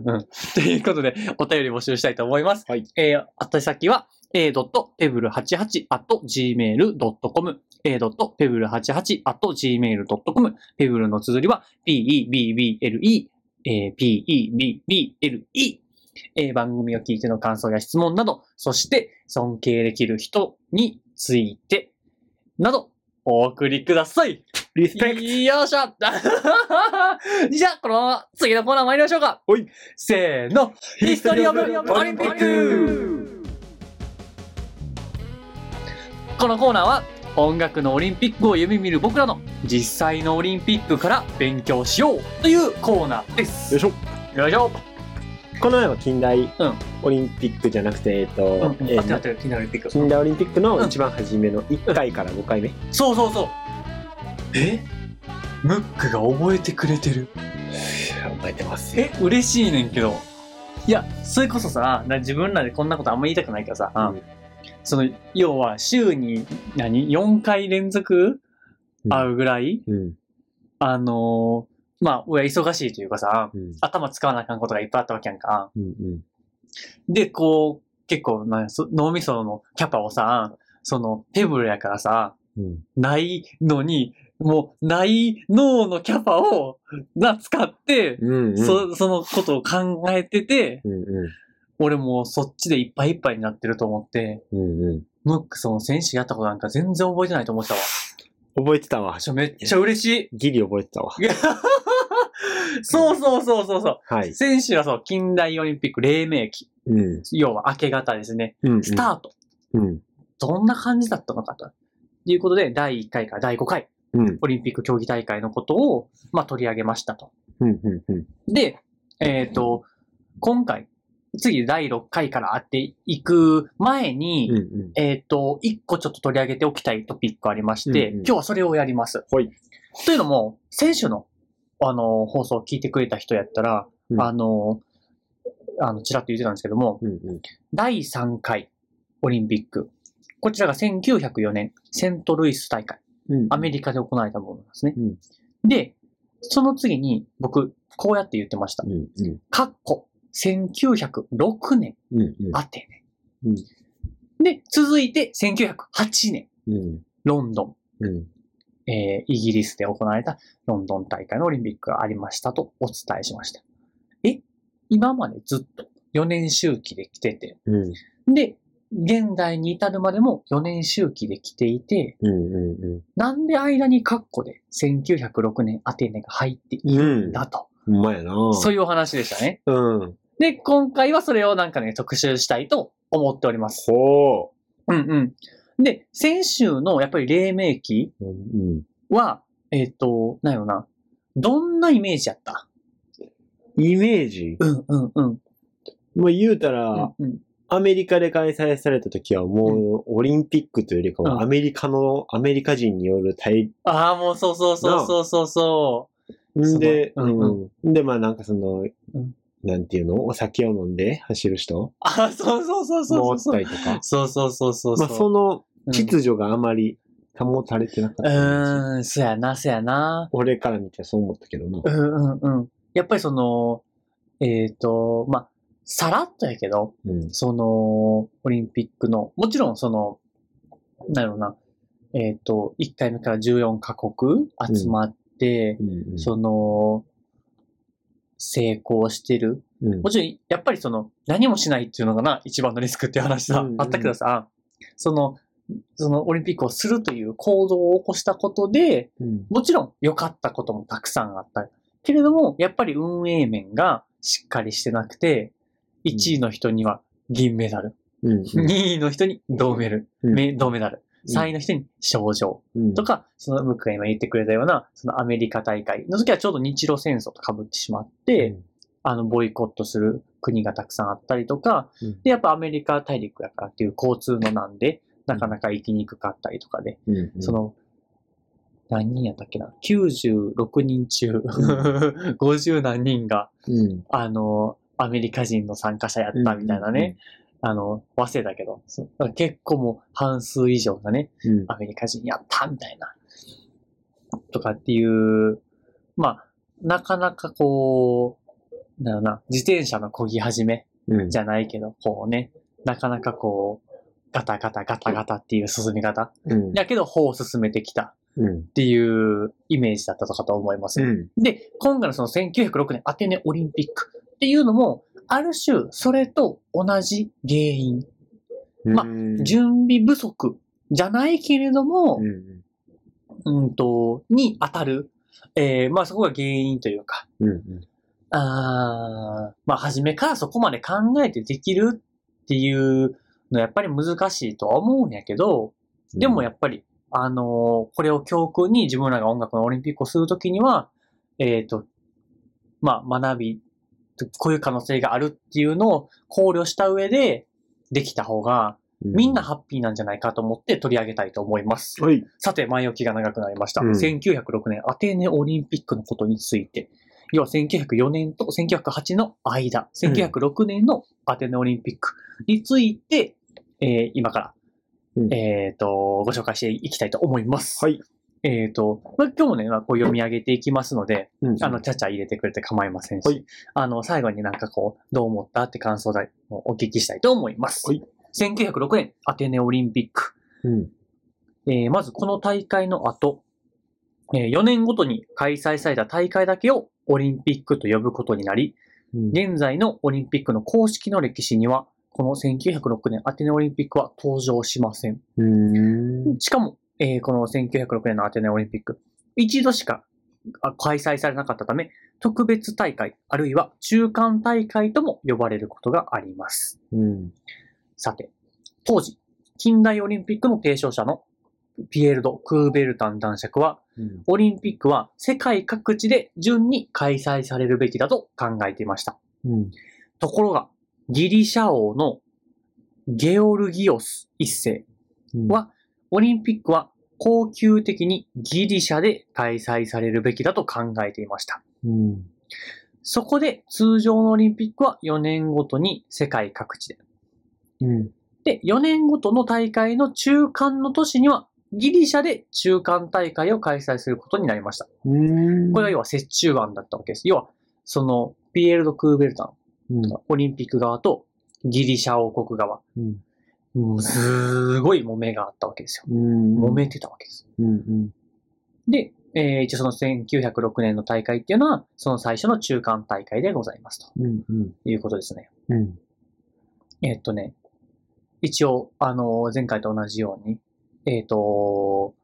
[SPEAKER 1] うん。ということで、お便り募集したいと思います。
[SPEAKER 2] はい。
[SPEAKER 1] えー、宛先は、a.pebble88.gmail.com a.pebble88.gmail.com ペブルの綴りは p-e-b-b-l-e、えー p-e-b-b-l-e えー番組を聞いての感想や質問など、そして尊敬できる人について、など、お送りください。
[SPEAKER 2] リスペクト
[SPEAKER 1] よ っしゃじゃあ、このまま次のコーナー参りましょうか。
[SPEAKER 2] はい。
[SPEAKER 1] せーの。ヒストリーオブオリンピックこのコーナーは音楽のオリンピックを夢見る僕らの実際のオリンピックから勉強しようというコーナーです。
[SPEAKER 2] よいしょ
[SPEAKER 1] よいしょ。
[SPEAKER 2] この前は近代
[SPEAKER 1] ん
[SPEAKER 2] オリンピックじゃなくて、えっと、
[SPEAKER 1] うん、
[SPEAKER 2] えー
[SPEAKER 1] あってなってる、気になるオリンピック。
[SPEAKER 2] 近代オリンピック
[SPEAKER 1] う
[SPEAKER 2] の
[SPEAKER 1] ん
[SPEAKER 2] 一番初めの1回から5回目。
[SPEAKER 1] そうそうそう。えムックが覚えてくれてる。
[SPEAKER 2] 覚えてます。
[SPEAKER 1] え、嬉しいねんけど。いや、それこそさ、な自分らでこんなことあんま言いたくないけどさ、
[SPEAKER 2] うん
[SPEAKER 1] その、要は週に何 ?4 回連続
[SPEAKER 2] うん
[SPEAKER 1] 会うぐらい、
[SPEAKER 2] うん。
[SPEAKER 1] あのーまあ、俺は忙しいというかさ、
[SPEAKER 2] うん。
[SPEAKER 1] 頭使わなあかんことがいっぱいあったわけやんか。
[SPEAKER 2] うん。うん。
[SPEAKER 1] で、こう、結構なそ脳みそのキャパをさ、その、ペブルやからさ、
[SPEAKER 2] うん。
[SPEAKER 1] ないのに、もう、ない脳のキャパを、な、使って、
[SPEAKER 2] うん。うん。
[SPEAKER 1] そそのことを考えてて、
[SPEAKER 2] うん。う
[SPEAKER 1] 俺もうそっちでいっぱいいっぱいになってると思って、
[SPEAKER 2] ん。うん。うん。
[SPEAKER 1] ムックその選手やったことなんか全然覚えてないと思ってたわ。
[SPEAKER 2] 覚えてたわ。
[SPEAKER 1] ちょめっちゃ嬉しい。
[SPEAKER 2] ギリ覚えてたわ。
[SPEAKER 1] そうそうそうそうそ
[SPEAKER 2] は
[SPEAKER 1] う。
[SPEAKER 2] い。
[SPEAKER 1] 選手はそう、近代オリンピック黎明期。
[SPEAKER 2] うん。
[SPEAKER 1] 要は明け方ですね。
[SPEAKER 2] うん。
[SPEAKER 1] スタート。
[SPEAKER 2] うん。
[SPEAKER 1] どんな感じだったのかと。いうことで、第1回から第5回、
[SPEAKER 2] うん。
[SPEAKER 1] オリンピック競技大会のことを、まあ、取り上げましたと。
[SPEAKER 2] うん。うん。うん。
[SPEAKER 1] で、えっ、と、今回、次第6回から会っていく前に、
[SPEAKER 2] うん。うん。
[SPEAKER 1] えっ、と、一個ちょっと取り上げておきたいトピックありまして、
[SPEAKER 2] うんうん
[SPEAKER 1] 今日はそれをやります。
[SPEAKER 2] はい
[SPEAKER 1] というのも、選手の、あの、放送を聞いてくれた人やったら、
[SPEAKER 2] うん
[SPEAKER 1] あの、あの、ちらっと言ってたんですけども、
[SPEAKER 2] うん。うん。
[SPEAKER 1] 第3回オリンピック。こちらが1904年、セントルイス大会。
[SPEAKER 2] うん。
[SPEAKER 1] アメリカで行われたものなんですね。
[SPEAKER 2] うん
[SPEAKER 1] で、その次に、僕、こうやって言ってました
[SPEAKER 2] う。ん。うん。
[SPEAKER 1] かっこ、1906年、
[SPEAKER 2] うん。うん。
[SPEAKER 1] アテネ。
[SPEAKER 2] うん
[SPEAKER 1] で、続いて、1908年、
[SPEAKER 2] うん。
[SPEAKER 1] ロンドン。
[SPEAKER 2] うん。
[SPEAKER 1] えーイギリスで行われたロンドン大会のオリンピックがありましたとお伝えしました。え今までずっと4年周期で来てて、
[SPEAKER 2] うん。
[SPEAKER 1] で、現代に至るまでも4年周期で来ていて、
[SPEAKER 2] うんう
[SPEAKER 1] なんで間にカッコで1906年アテネが入ってい
[SPEAKER 2] んうん。う
[SPEAKER 1] る
[SPEAKER 2] ん
[SPEAKER 1] ん。だと。
[SPEAKER 2] ほんまやな
[SPEAKER 1] そういうお話でしたね。
[SPEAKER 2] うん。
[SPEAKER 1] で、今回はそれをなんかね、特集したいと思っております。
[SPEAKER 2] ほ
[SPEAKER 1] うんうん。で、先週のやっぱり黎明期
[SPEAKER 2] う。うん。
[SPEAKER 1] は、えっ、と、なんやろな。どんなイメージやった
[SPEAKER 2] イメージ
[SPEAKER 1] うんうんうん。
[SPEAKER 2] まあ言うた
[SPEAKER 1] う
[SPEAKER 2] ら、
[SPEAKER 1] んうん
[SPEAKER 2] アメリカで開催された時はもうオリンピックというよりか
[SPEAKER 1] うん
[SPEAKER 2] はアメリカの、アメリカ人による対、
[SPEAKER 1] ああ、もうそうそうそうそうそうそ
[SPEAKER 2] んで、
[SPEAKER 1] そうのうん
[SPEAKER 2] ん。で、まあなんかその
[SPEAKER 1] うん、
[SPEAKER 2] なんていうのお酒を飲んで走る人
[SPEAKER 1] う。ああ、そうそうそうそ
[SPEAKER 2] も
[SPEAKER 1] う
[SPEAKER 2] っ
[SPEAKER 1] そう
[SPEAKER 2] た。りとか。
[SPEAKER 1] そうそうそうそう。
[SPEAKER 2] まあその
[SPEAKER 1] うん
[SPEAKER 2] 秩序があまり保たれてなかった
[SPEAKER 1] う
[SPEAKER 2] 感
[SPEAKER 1] ー
[SPEAKER 2] じ。
[SPEAKER 1] ん、そやな、そやな。
[SPEAKER 2] 俺から見てそう思ったけどな
[SPEAKER 1] う。んうんうん。やっぱりその、えっ、と、まあ、さらっとやけど、
[SPEAKER 2] うん。
[SPEAKER 1] その、オリンピックの、もちろんその、なんやろな、えっ、と、1回目から14カ国集まって、
[SPEAKER 2] うんうん
[SPEAKER 1] その、成功してる。
[SPEAKER 2] うん
[SPEAKER 1] もちろん、やっぱりその、何もしないっていうのがな、一番のリスクっていう話さ、
[SPEAKER 2] うんうん
[SPEAKER 1] あったけどさ、その、そのオリンピックをするという行動を起こしたことで、
[SPEAKER 2] うん
[SPEAKER 1] もちろん良かったこともたくさんあった。けれども、やっぱり運営面がしっかりしてなくて、1位の人には銀メダル、
[SPEAKER 2] うん
[SPEAKER 1] 2位の人に銅メダル、
[SPEAKER 2] うん
[SPEAKER 1] め銅メダル、3位の人に賞状
[SPEAKER 2] うん
[SPEAKER 1] とか、その、僕が今言ってくれたような、そのアメリカ大会の時はちょうど日露戦争と被ってしまって、あの、ボイコットする国がたくさんあったりとか、
[SPEAKER 2] うん
[SPEAKER 1] で、やっぱアメリカ大陸やからっていう交通のなんで、なかなか行きにくかったりとかで、
[SPEAKER 2] うんうん
[SPEAKER 1] その、何人やったっけな ?96 人中、50何 人が、
[SPEAKER 2] うん
[SPEAKER 1] あの、アメリカ人の参加者やったみたいなね。あの、忘れたけど、そうだから結構もう半数以上がね、
[SPEAKER 2] うん
[SPEAKER 1] アメリカ人やったみたいな。とかっていう、まあ、なかなかこう、なんだろうな、自転車の漕ぎ始め
[SPEAKER 2] うん
[SPEAKER 1] じゃないけど、こうね、なかなかこう、ガタガタガタガタっていう進み方。
[SPEAKER 2] うん
[SPEAKER 1] やけど、歩を進めてきた
[SPEAKER 2] うん
[SPEAKER 1] っていうイメージだったとかと思います。
[SPEAKER 2] うん
[SPEAKER 1] で、今回のその1906年アテネオリンピックっていうのも、ある種、それと同じ原因、まあ
[SPEAKER 2] うん
[SPEAKER 1] 準備不足じゃないけれども
[SPEAKER 2] う、ん
[SPEAKER 1] うんと、に当たる、えー、まあそこが原因というか、
[SPEAKER 2] うんうん
[SPEAKER 1] あーまあ初めからそこまで考えてできるっていうのはやっぱり難しいとは思うんやけど、でもやっぱり、あのーこれを教訓に自分らが音楽のオリンピックをするときには、えっ、と、まあ学び、こういう可能性があるっていうのを考慮した上でできた方が、
[SPEAKER 2] う
[SPEAKER 1] みんなハッピーなんじゃないかと思って取り上げたいと思います。
[SPEAKER 2] はい
[SPEAKER 1] さて、前置きが長くなりました。
[SPEAKER 2] うん
[SPEAKER 1] 1906年アテネオリンピックのことについて、要は1904年と1908の間、
[SPEAKER 2] うん
[SPEAKER 1] 1906年のアテネオリンピックについて、えー今から、
[SPEAKER 2] うん
[SPEAKER 1] えっ、と、ご紹介していきたいと思います。
[SPEAKER 2] はい
[SPEAKER 1] えっ、と、まあ、今日もね、まあこう読み上げていきますので、
[SPEAKER 2] うん
[SPEAKER 1] あの、ちゃちゃ入れてくれて構いませんし、
[SPEAKER 2] はい
[SPEAKER 1] あの、最後になんかこう、どう思ったって感想だお聞きしたいと思います。
[SPEAKER 2] はい
[SPEAKER 1] 1906年アテネオリンピック。
[SPEAKER 2] うん
[SPEAKER 1] えーまずこの大会の後、えー4年ごとに開催された大会だけをオリンピックと呼ぶことになり、
[SPEAKER 2] うん
[SPEAKER 1] 現在のオリンピックの公式の歴史には、この1906年アテネオリンピックは登場しません。
[SPEAKER 2] うん
[SPEAKER 1] しかも、えーこの1906年のアテネオリンピック、一度しかあ開催されなかったため、特別大会、あるいは中間大会とも呼ばれることがあります。
[SPEAKER 2] うん
[SPEAKER 1] さて、当時、近代オリンピックの提唱者のピエール・ド・クーベルタン男爵は、
[SPEAKER 2] うん
[SPEAKER 1] オリンピックは世界各地で順に開催されるべきだと考えていました。
[SPEAKER 2] うん
[SPEAKER 1] ところが、ギリシャ王のゲオルギオス一世
[SPEAKER 2] うん
[SPEAKER 1] は、オリンピックは恒久的にギリシャで開催されるべきだと考えていました。
[SPEAKER 2] うん
[SPEAKER 1] そこで通常のオリンピックは4年ごとに世界各地で
[SPEAKER 2] うん
[SPEAKER 1] で、4年ごとの大会の中間の年には、ギリシャで中間大会を開催することになりました。
[SPEAKER 2] うん
[SPEAKER 1] これが要は折衷案だったわけです。要は、その、ピエール・ド・クーベルタ
[SPEAKER 2] うん
[SPEAKER 1] ン、オリンピック側とギリシャ王国側、
[SPEAKER 2] うん
[SPEAKER 1] すごい揉めがあったわけですよ。
[SPEAKER 2] うん
[SPEAKER 1] 揉めてたわけです。
[SPEAKER 2] うんうん
[SPEAKER 1] で、えー一応その1906年の大会っていうのは、その最初の中間大会でございますと
[SPEAKER 2] うんうん
[SPEAKER 1] いうことですね。
[SPEAKER 2] うん
[SPEAKER 1] えっとね、一応、あの、前回と同じように、えっ、と、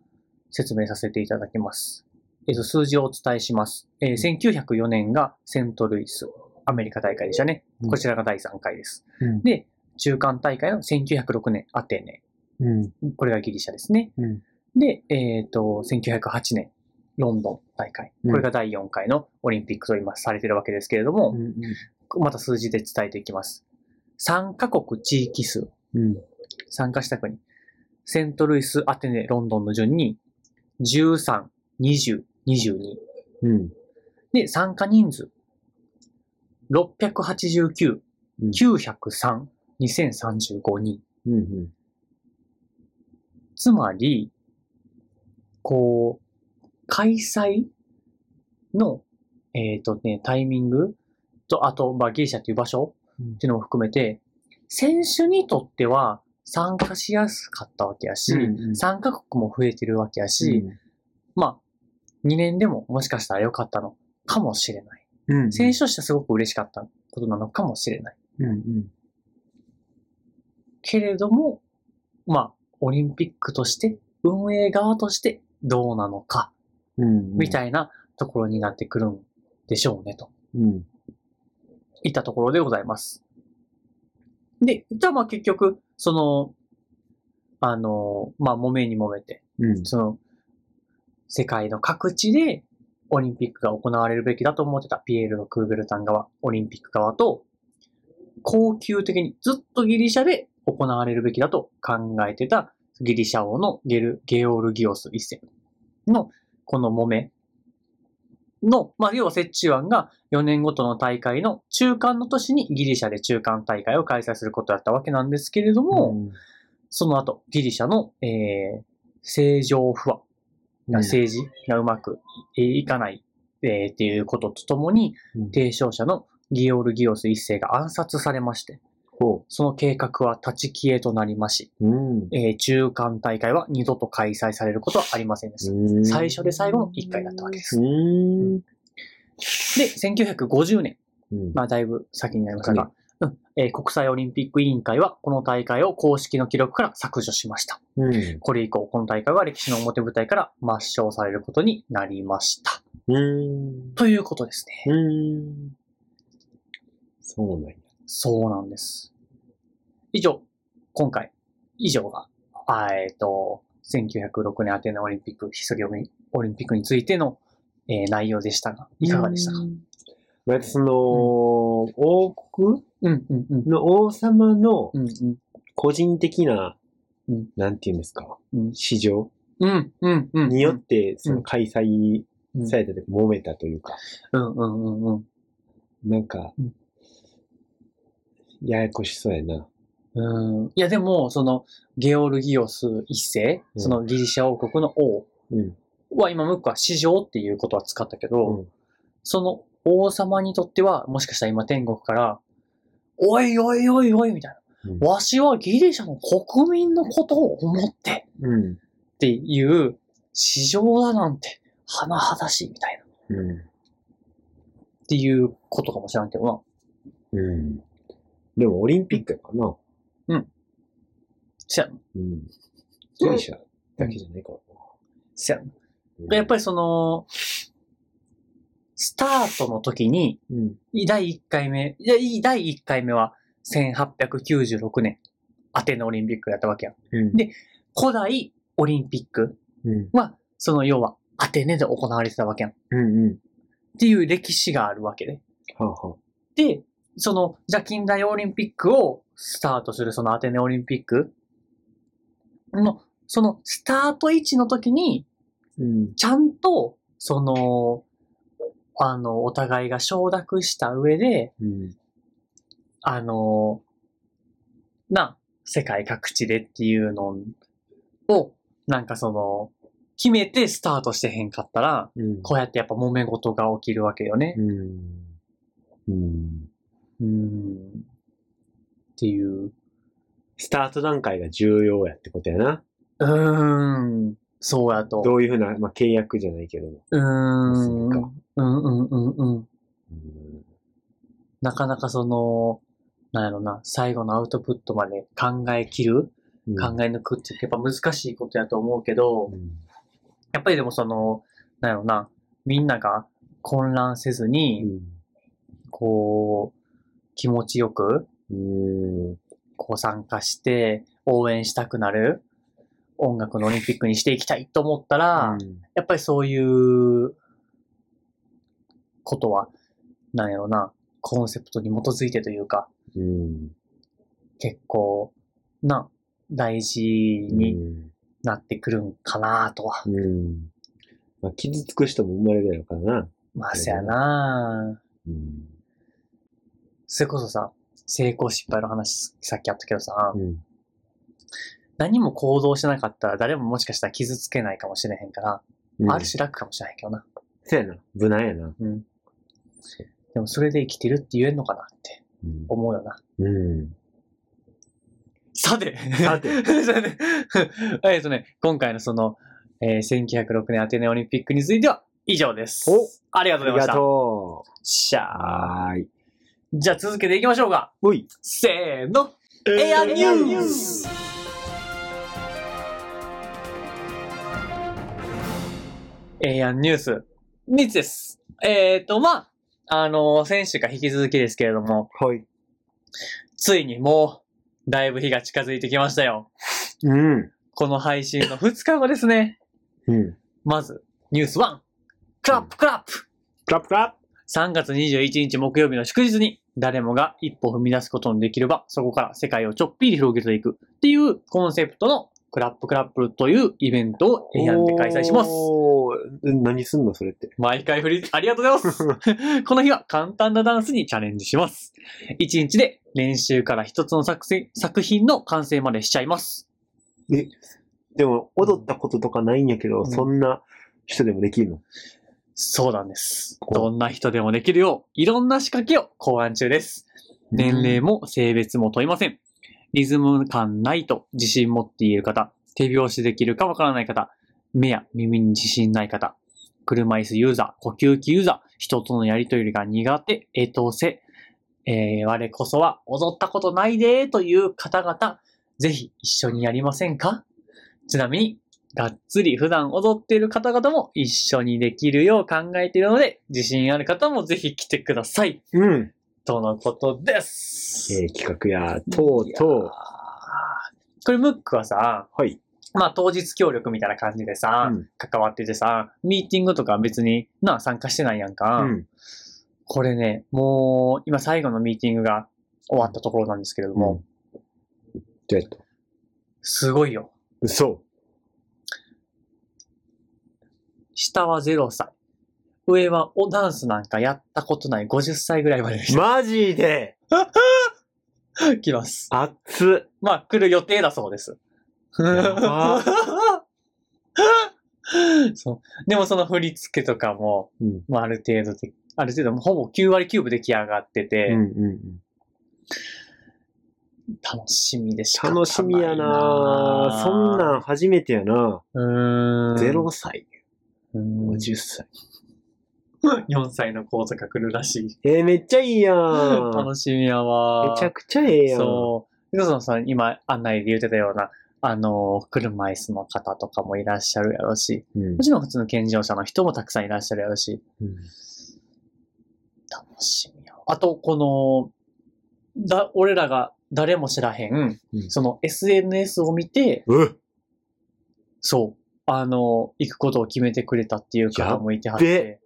[SPEAKER 1] 説明させていただきます。えっ、と、数字をお伝えします。えー1904年がセントルイス、アメリカ大会でしたね。
[SPEAKER 2] うん
[SPEAKER 1] こちらが第3回です。
[SPEAKER 2] うん
[SPEAKER 1] で、中間大会の1906年アテネ。
[SPEAKER 2] うん。
[SPEAKER 1] これがギリシャですね。
[SPEAKER 2] うん。
[SPEAKER 1] で、えっ、と、1908年、ロンドン大会。
[SPEAKER 2] うん
[SPEAKER 1] これが第4回のオリンピックと今されてるわけですけれども、
[SPEAKER 2] うん。
[SPEAKER 1] また数字で伝えていきます。参加国地域数、
[SPEAKER 2] うん。
[SPEAKER 1] 参加した国、セントルイス、アテネ、ロンドンの順に、13、20、22。
[SPEAKER 2] うん。
[SPEAKER 1] で、参加人数、689、
[SPEAKER 2] うん
[SPEAKER 1] 903、2035人。
[SPEAKER 2] うん。うん。
[SPEAKER 1] つまり、こう、開催の、えっ、とね、タイミングと、あと、まあ、ギリシャという場所
[SPEAKER 2] うん
[SPEAKER 1] っていうのも含めて、選手にとっては参加しやすかったわけやし、参加国も増えてるわけやし、まあ、2年でももしかしたら良かったのかもしれない。
[SPEAKER 2] うん。
[SPEAKER 1] 選手としてはすごく嬉しかったことなのかもしれない。
[SPEAKER 2] うん。うん。
[SPEAKER 1] けれども、まあ、オリンピックとして、運営側としてどうなのか、
[SPEAKER 2] うん。
[SPEAKER 1] み
[SPEAKER 2] い。
[SPEAKER 1] たいなところになってくるんでしょうね、と
[SPEAKER 2] うん。
[SPEAKER 1] いったところでございます。で、じゃあまあ結局、その、あの、まあ、揉めに揉めて、
[SPEAKER 2] うん。
[SPEAKER 1] その、世界の各地でオリンピックが行われるべきだと思ってたピエールのクーベルタン側、オリンピック側と、恒久的にずっとギリシャで行われるべきだと考えてたギリシャ王のゲルゲオルギオス一世のこの揉めの、まあ、要は折衷案が4年ごとの大会の中間の年にギリシャで中間大会を開催することだったわけなんですけれども、その後、ギリシャの、えー、正常不安、政治がうまくえーいかない、えーっていうこととともに、提唱者のギオルギオス一世が暗殺されまして、
[SPEAKER 2] ほ
[SPEAKER 1] その計画は立ち消えとなりまし、
[SPEAKER 2] う。うん。
[SPEAKER 1] えー中間大会は二度と開催されることはありませんでした。最初で最後の1回だったわけです。
[SPEAKER 2] う
[SPEAKER 1] で、
[SPEAKER 2] ん。
[SPEAKER 1] 1950年、
[SPEAKER 2] うん。
[SPEAKER 1] まあだいぶ先になりましたが、うんえー国際オリンピック委員会はこの大会を公式の記録から削除しました。
[SPEAKER 2] うん。
[SPEAKER 1] これ以降、この大会は歴史の表舞台から抹消されることになりました。
[SPEAKER 2] うん。
[SPEAKER 1] ということですね。
[SPEAKER 2] うん。そうなんや。
[SPEAKER 1] そうなんです。以上、今回、以上が、あえっ、と、1906年アテネオリンピック、ヒストリーオリンピックについての、えー内容でしたが、いかがでしたか
[SPEAKER 2] まずその、王国
[SPEAKER 1] うん、うん、うん。
[SPEAKER 2] の王様の
[SPEAKER 1] うん、うん、
[SPEAKER 2] 個人的な、
[SPEAKER 1] うん
[SPEAKER 2] なんていうんですか、
[SPEAKER 1] うん
[SPEAKER 2] 市場
[SPEAKER 1] うん、うん、うん。
[SPEAKER 2] によって、その開催
[SPEAKER 1] うん、
[SPEAKER 2] されたというか、揉めたというか、
[SPEAKER 1] うん、うん、うん、うん。
[SPEAKER 2] なんか
[SPEAKER 1] うん、
[SPEAKER 2] ややこしそうやな。
[SPEAKER 1] うん、いや、でも、その、ゲオルギオス一世、
[SPEAKER 2] うん
[SPEAKER 1] そのギリシャ王国の王
[SPEAKER 2] うん。
[SPEAKER 1] は、今、向こうは市場っていうことは使ったけど、
[SPEAKER 2] うん
[SPEAKER 1] その王様にとっては、もしかしたら今天国から、おいおいおいおいみたい
[SPEAKER 2] うん
[SPEAKER 1] な。わしはギリシャの国民のことを思って
[SPEAKER 2] うん。
[SPEAKER 1] っていう、市場だなんて、甚だしいみたいな。っ
[SPEAKER 2] う
[SPEAKER 1] ていうことかもしれんけどな。
[SPEAKER 2] ん。うん。でも、オリンピックやからな。
[SPEAKER 1] せやん、
[SPEAKER 2] うん。ギリシャだけじゃないから
[SPEAKER 1] せやん。
[SPEAKER 2] な。
[SPEAKER 1] やっぱりその、スタートの時に、
[SPEAKER 2] り、うん。
[SPEAKER 1] 第1回目、いやい第1回目は1896年、アテネオリンピックやったわけやん。
[SPEAKER 2] うん。
[SPEAKER 1] で古代オリンピック
[SPEAKER 2] うん。
[SPEAKER 1] は、その要はアテネで行われてたわけやん。っ
[SPEAKER 2] うん。うん。
[SPEAKER 1] ていう歴史があるわけで。
[SPEAKER 2] はあはあ。
[SPEAKER 1] で、その、じゃあ近代オリンピックをスタートするそのアテネオリンピックの、そのスタート位置の時に、
[SPEAKER 2] うん。
[SPEAKER 1] ちゃんと、その、あの、お互いが承諾した上で、
[SPEAKER 2] うん。
[SPEAKER 1] あの、な、世界各地でっていうのを、なんかその、決めてスタートしてへんかったら、
[SPEAKER 2] うん。
[SPEAKER 1] こうやってやっぱ揉め事が起きるわけよね。
[SPEAKER 2] うん。うん。
[SPEAKER 1] うん。っていう。
[SPEAKER 2] スタート段階が重要やってことやな。
[SPEAKER 1] うーん。そうやと。
[SPEAKER 2] どういうふうな、まあ、契約じゃないけども。
[SPEAKER 1] うーん。う
[SPEAKER 2] 結び
[SPEAKER 1] ん
[SPEAKER 2] か
[SPEAKER 1] うんうんうん。
[SPEAKER 2] うん
[SPEAKER 1] なかなかその、なんやろな、最後のアウトプットまで考え切る、
[SPEAKER 2] うん
[SPEAKER 1] 考え抜くってやっぱ難しいことやと思うけど、やっぱりでもその、なんやろな、みんなが混乱せずに、こう、気持ちよく、
[SPEAKER 2] うん。うん。
[SPEAKER 1] こう参加して、応援したくなる、音楽のオリンピックにしていきたいと思ったら、やっぱりそういうことは、なんやろな、コンセプトに基づいてというか、
[SPEAKER 2] うん。
[SPEAKER 1] 結構な、大事になってくるんかなとは。
[SPEAKER 2] うん。まあ、傷つく人も生まれるやろからな。
[SPEAKER 1] まあ、そやな
[SPEAKER 2] うん。
[SPEAKER 1] それこそさ、成功失敗の話さっきあったけどさ、
[SPEAKER 2] うん。
[SPEAKER 1] 何も行動してなかったら誰ももしかしたら傷つけないかもしれへんから、ある種楽かもしれへんけどな。
[SPEAKER 2] そうやな。無難やな。
[SPEAKER 1] うん。でもそれで生きてるって言えんのかなって
[SPEAKER 2] うん。
[SPEAKER 1] 思うよな。
[SPEAKER 2] うん。
[SPEAKER 1] さて
[SPEAKER 2] さて
[SPEAKER 1] さてえっとね、今回のその、えー1906年アテネオリンピックについては以上です。
[SPEAKER 2] お
[SPEAKER 1] ありがとう
[SPEAKER 2] あ
[SPEAKER 1] ございま
[SPEAKER 2] り
[SPEAKER 1] し
[SPEAKER 2] が
[SPEAKER 1] た。
[SPEAKER 2] とう。
[SPEAKER 1] しゃー。
[SPEAKER 2] はーい。
[SPEAKER 1] じゃあ続けていきましょうか。
[SPEAKER 2] おい。
[SPEAKER 1] せーの。エアニュースエアニュース。3つです。えっ、ー、と、まあ、あの選手が引き続きですけれども、
[SPEAKER 2] はい。
[SPEAKER 1] ついにもう、だいぶ日が近づいてきましたよ。
[SPEAKER 2] うん。
[SPEAKER 1] この配信の2日後ですね。
[SPEAKER 2] うん。
[SPEAKER 1] まず、ニュース1。クラップクラップ
[SPEAKER 2] クラップクラッ
[SPEAKER 1] !3 月21日木曜日の祝日に、誰もが一歩踏み出すことのできれば、そこから世界をちょっぴり広げていくっていうコンセプトのクラップクラップというイベントを
[SPEAKER 2] プ
[SPEAKER 1] 平安で開催します。
[SPEAKER 2] おー何すんのそれって。
[SPEAKER 1] 毎回振り、ありがとうござい ます。この日は簡単なダンスにチャレンジします。1日で練習から1つの作戦作品の完成までしちゃいます。
[SPEAKER 2] え、でも、踊ったこととかないんやけど、
[SPEAKER 1] うん
[SPEAKER 2] そんな人でもできるの
[SPEAKER 1] そうなんです。
[SPEAKER 2] お
[SPEAKER 1] どんな人でもできるよう、いろんな仕掛けを考案中です。年齢
[SPEAKER 2] も。
[SPEAKER 1] も性別も問いません。リズム感ないと自信持って言える方、手拍子できるかわからない方、目や耳に自信ない方、車椅子ユーザー、呼吸器ユーザー、人とのやりとりが苦手、えとせ、えー我こそは踊ったことないでーという方々、ぜひ一緒にやりませんかちなみに、がっつり普段踊っている方々も一緒にできるよう考えているので、自信ある方もぜひ来てください。
[SPEAKER 2] うん。
[SPEAKER 1] とのことです。
[SPEAKER 2] えー企画や、とう
[SPEAKER 1] いやー
[SPEAKER 2] と
[SPEAKER 1] これムックはさ、
[SPEAKER 2] う。はい。
[SPEAKER 1] まあ当日協力みたいな感じでさ、
[SPEAKER 2] うん
[SPEAKER 1] 関わっててさ、ミーティングとか別にな、参加してないやんか。
[SPEAKER 2] うん。
[SPEAKER 1] これね、もう今最後のミーティングが終わったところなんですけれども、
[SPEAKER 2] どうやった
[SPEAKER 1] すごいよ。
[SPEAKER 2] 嘘。
[SPEAKER 1] 下は0歳。上はおダンスなんかやったことない50歳ぐらいまで来
[SPEAKER 2] マジで
[SPEAKER 1] 来ます。
[SPEAKER 2] 熱っ。
[SPEAKER 1] まあ来る予定だそうです。
[SPEAKER 2] ば
[SPEAKER 1] そう。でもその振り付けとかも、
[SPEAKER 2] うん。
[SPEAKER 1] まあ、ある程度で、ある程度もうほぼ9割9分出来上がってて、
[SPEAKER 2] うんうんうん。
[SPEAKER 1] 楽しみでしかたない
[SPEAKER 2] 楽しみやなぁそんなん初めてやな
[SPEAKER 1] うーん。
[SPEAKER 2] 0歳、
[SPEAKER 1] うー ん
[SPEAKER 2] 50歳。
[SPEAKER 1] 4歳の子とか来るらしい。
[SPEAKER 2] えー、めっちゃいいやん。
[SPEAKER 1] 楽しみやわ。
[SPEAKER 2] めちゃくちゃええやん。
[SPEAKER 1] そう。そそさん、今案内で言ってたような、あの、車椅子の方とかもいらっしゃるやろうし、
[SPEAKER 2] うん
[SPEAKER 1] もちろん普通の健常者の人もたくさんいらっしゃるやろうし、楽しみやわ。あと、この、だ、俺らが誰も知らへん、
[SPEAKER 2] うん
[SPEAKER 1] その SNS を見て、
[SPEAKER 2] うん。
[SPEAKER 1] そう、あの、行くことを決めてくれたっていう方もいてはっ、
[SPEAKER 2] やって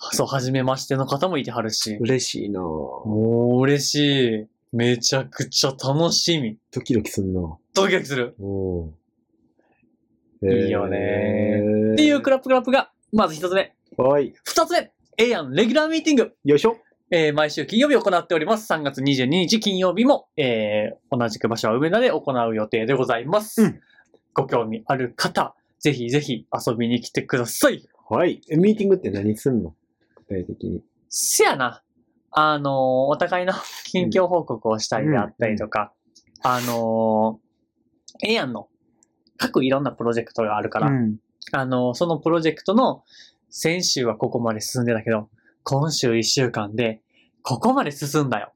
[SPEAKER 1] そう、初めましての方もいてはるし、
[SPEAKER 2] 嬉しいなぁ
[SPEAKER 1] もう嬉しい。めちゃくちゃ楽しみ。
[SPEAKER 2] ドキドキすんなぁ
[SPEAKER 1] ドキドキする。
[SPEAKER 2] うん。
[SPEAKER 1] いいよね
[SPEAKER 2] ー
[SPEAKER 1] っていうクラップクラップが、まず一つ目。
[SPEAKER 2] はい。
[SPEAKER 1] 二つ目、エイアンレギュラーミーティング。
[SPEAKER 2] よいしょ。
[SPEAKER 1] えー毎週金曜日行っております。3月22日金曜日も、えー同じく場所は梅田で行う予定でございます。
[SPEAKER 2] うん
[SPEAKER 1] ご興味ある方、ぜひぜひ遊びに来てください。
[SPEAKER 2] はい。えミーティングって何すんの具体的に。
[SPEAKER 1] せやな。あのーお互いの近況報告をしたりであったりとか、あのー、エイアンの各いろんなプロジェクトがあるから、
[SPEAKER 2] ん。
[SPEAKER 1] あの、そのプロジェクトの先週はここまで進んでたけど、今週一週間でここまで進んだよ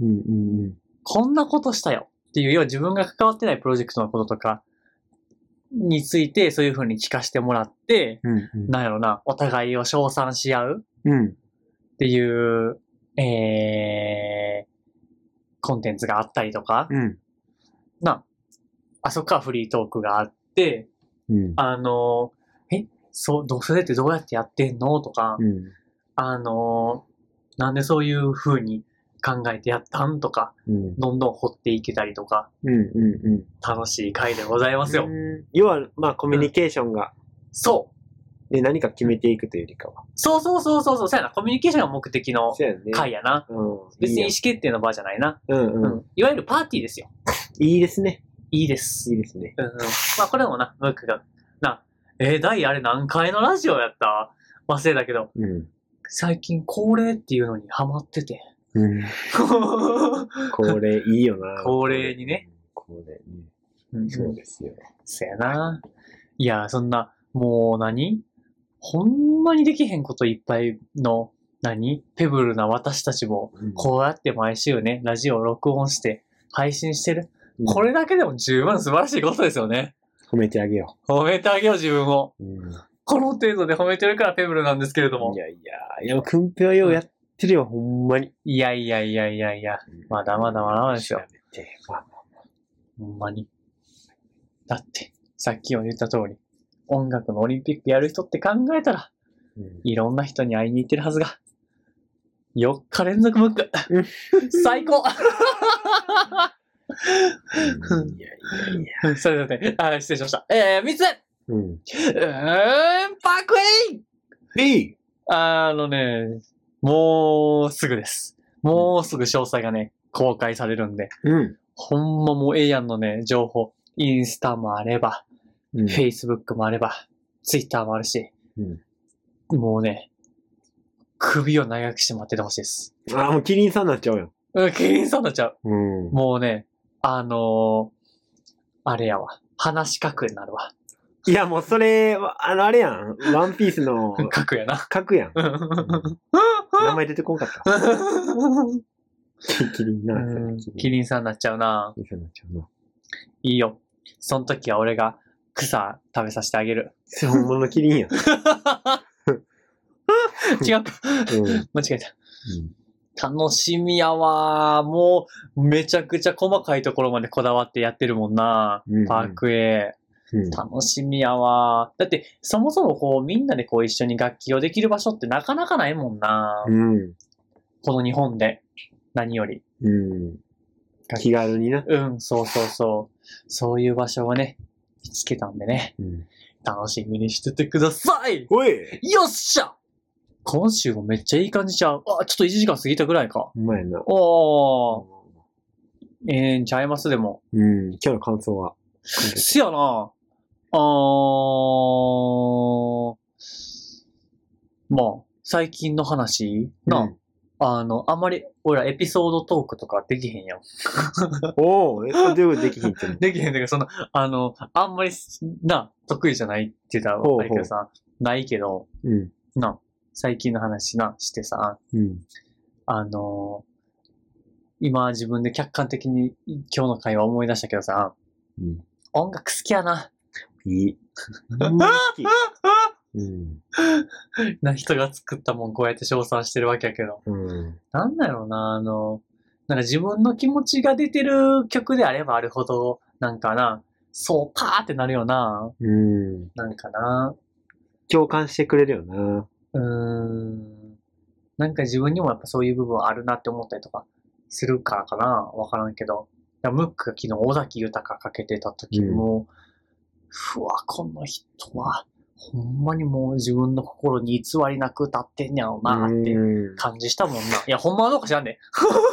[SPEAKER 2] うんうんうん。
[SPEAKER 1] こんなことしたよっていう、要は自分が関わってないプロジェクトのこととかについて、そういうふうに聞かせてもらって、
[SPEAKER 2] うん
[SPEAKER 1] なんやろな、お互いを称賛し合う
[SPEAKER 2] うん。うん。
[SPEAKER 1] っていう、えー、コンテンツがあったりとか、
[SPEAKER 2] うん。
[SPEAKER 1] な、あそこからフリートークがあって、
[SPEAKER 2] うん。
[SPEAKER 1] あの、え、そう、どう、それってどうやってやってんのとか、
[SPEAKER 2] うん。
[SPEAKER 1] あの、なんでそういう風に考えてやったんとか、
[SPEAKER 2] うん。
[SPEAKER 1] どんどん掘っていけたりとか、
[SPEAKER 2] うん。うん。
[SPEAKER 1] 楽しい回でございますよ。
[SPEAKER 2] うん要は、まあ、コミュニケーションが、
[SPEAKER 1] そう
[SPEAKER 2] ね、何か決めていくというよりかは。
[SPEAKER 1] そうそうそうそうそう、そうやな。コミュニケーションが目的の
[SPEAKER 2] そうやね。
[SPEAKER 1] 回やな。
[SPEAKER 2] うん。
[SPEAKER 1] 別に意
[SPEAKER 2] いい
[SPEAKER 1] 思決定の場じゃないな。
[SPEAKER 2] やうん
[SPEAKER 1] う
[SPEAKER 2] うん。
[SPEAKER 1] ん。いわゆるパーティーですよ。
[SPEAKER 2] いいですね。
[SPEAKER 1] いいです
[SPEAKER 2] い。いですね。
[SPEAKER 1] うんうん。まあこれもな、僕が、な、えー、第あれ何回のラジオやった忘れたけど、
[SPEAKER 2] うん。
[SPEAKER 1] 最近恒例っていうのにハマってて。
[SPEAKER 2] うん。恒例、いいよな。
[SPEAKER 1] 恒例にね。
[SPEAKER 2] 恒例ね。
[SPEAKER 1] うん
[SPEAKER 2] そうですよ。
[SPEAKER 1] そやな。いや、そんな、もう何ほんまにできへんこといっぱいの、何ペブルな私たちも、こうやって毎週ね、ラジオを録音して、配信してる。
[SPEAKER 2] うん
[SPEAKER 1] これだけでも十分素晴らしいことですよね。
[SPEAKER 2] 褒めてあげよ
[SPEAKER 1] 褒めてあげよう、自分を。
[SPEAKER 2] う。うん。い
[SPEAKER 1] この程度で褒めてるからペブルなんですけれども。
[SPEAKER 2] やいや、いや、くんぴょうようやってるよ、ほんまに。
[SPEAKER 1] いやいやいやいやいや、まだまだまだまだですよ
[SPEAKER 2] 調べてまあ
[SPEAKER 1] ほんまに。だって、さっきも言った通り、音楽のオリンピックやる人って考えたら、
[SPEAKER 2] うん
[SPEAKER 1] いろんな人に会いに行ってるはずが。4日連続ムック
[SPEAKER 2] う。
[SPEAKER 1] 最高
[SPEAKER 2] うんいやいやいや。
[SPEAKER 1] それでね、あ失礼しました。えー、3つ目
[SPEAKER 2] うん。
[SPEAKER 1] うーん、パークウェイ
[SPEAKER 2] えい
[SPEAKER 1] あのね、もうすぐです。もうすぐ詳細がね、公開されるんで、
[SPEAKER 2] うん。
[SPEAKER 1] ほんまもうええやんのね、情報。インスタもあれば、
[SPEAKER 2] うん。
[SPEAKER 1] Facebook もあれば、Twitter もあるし、
[SPEAKER 2] うん
[SPEAKER 1] もうね、首を長くして待っててほしいです。
[SPEAKER 2] あ、もうキリンさんになっちゃうよ。
[SPEAKER 1] うん、キリンさんになっちゃう。
[SPEAKER 2] うん。
[SPEAKER 1] もうね、あのーあれやわ。話し角になるわ。
[SPEAKER 2] いや、もうそれ、あの、あれやん。ワンピースの
[SPEAKER 1] 角やな。
[SPEAKER 2] 角やん。名前出てこんか った。キリンな
[SPEAKER 1] う。んキリンさんになっちゃうな。
[SPEAKER 2] キリンさんになっちゃうな。
[SPEAKER 1] いいよ。その時は俺が草食べさせてあげ る。
[SPEAKER 2] それ本物のキリンやん。
[SPEAKER 1] 違うか。
[SPEAKER 2] うん
[SPEAKER 1] 間違えた。楽しみやわー。もう、めちゃくちゃ細かいところまでこだわってやってるもんな。
[SPEAKER 2] うん
[SPEAKER 1] パークへ。
[SPEAKER 2] うん
[SPEAKER 1] 楽しみやわー。だって、そもそもこう、みんなでこう一緒に楽器をできる場所ってなかなかないもんな。
[SPEAKER 2] うん。
[SPEAKER 1] この日本で。何より。
[SPEAKER 2] うん。気軽にな。
[SPEAKER 1] うん、そうそうそう。そういう場所をね、見つけたんでね、
[SPEAKER 2] うん。
[SPEAKER 1] 楽しみにしててください
[SPEAKER 2] おい
[SPEAKER 1] よっしゃ今週もめっちゃいい感じちゃう。あ、ちょっと1時間過ぎたぐらいか。
[SPEAKER 2] うまいな。
[SPEAKER 1] おー、ええんちゃいますでも。
[SPEAKER 2] うん。今日の感想は。
[SPEAKER 1] せやな。あー、まあ、最近の話な、
[SPEAKER 2] うん
[SPEAKER 1] あの、あんまり、俺らエピソードトークとかできへんやん。
[SPEAKER 2] おお、え、どういうことできひんってんの
[SPEAKER 1] できへんというか、その、あの、あんまりす、な、得意じゃないって言ったら
[SPEAKER 2] ほうほう
[SPEAKER 1] あれけどさ、ないけど、
[SPEAKER 2] うん。
[SPEAKER 1] な、最近の話な、してさ、
[SPEAKER 2] うん。
[SPEAKER 1] あの今自分で客観的に今日の会話思い出したけどさ、
[SPEAKER 2] うん
[SPEAKER 1] 音楽好きやな。
[SPEAKER 2] いい。うん好きうん。
[SPEAKER 1] な人が作ったもんこうやって称賛してるわけやけど。
[SPEAKER 2] うん。
[SPEAKER 1] なんだろうな、あの、なんか自分の気持ちが出てる曲であればあるほど、なんかな、そうパーってなるよな。
[SPEAKER 2] うん。
[SPEAKER 1] なんかな。
[SPEAKER 2] 共感してくれるよな。
[SPEAKER 1] うーん。なんか自分にもやっぱそういう部分あるなって思ったりとかするからかなわからんけど。だからムックが昨日尾崎豊かけてた時も、うわ、この人は、ほんまにもう自分の心に偽りなく歌ってんねやろうなって
[SPEAKER 2] うん
[SPEAKER 1] 感じしたもんな。いや、ほんまはどうか知らん ね。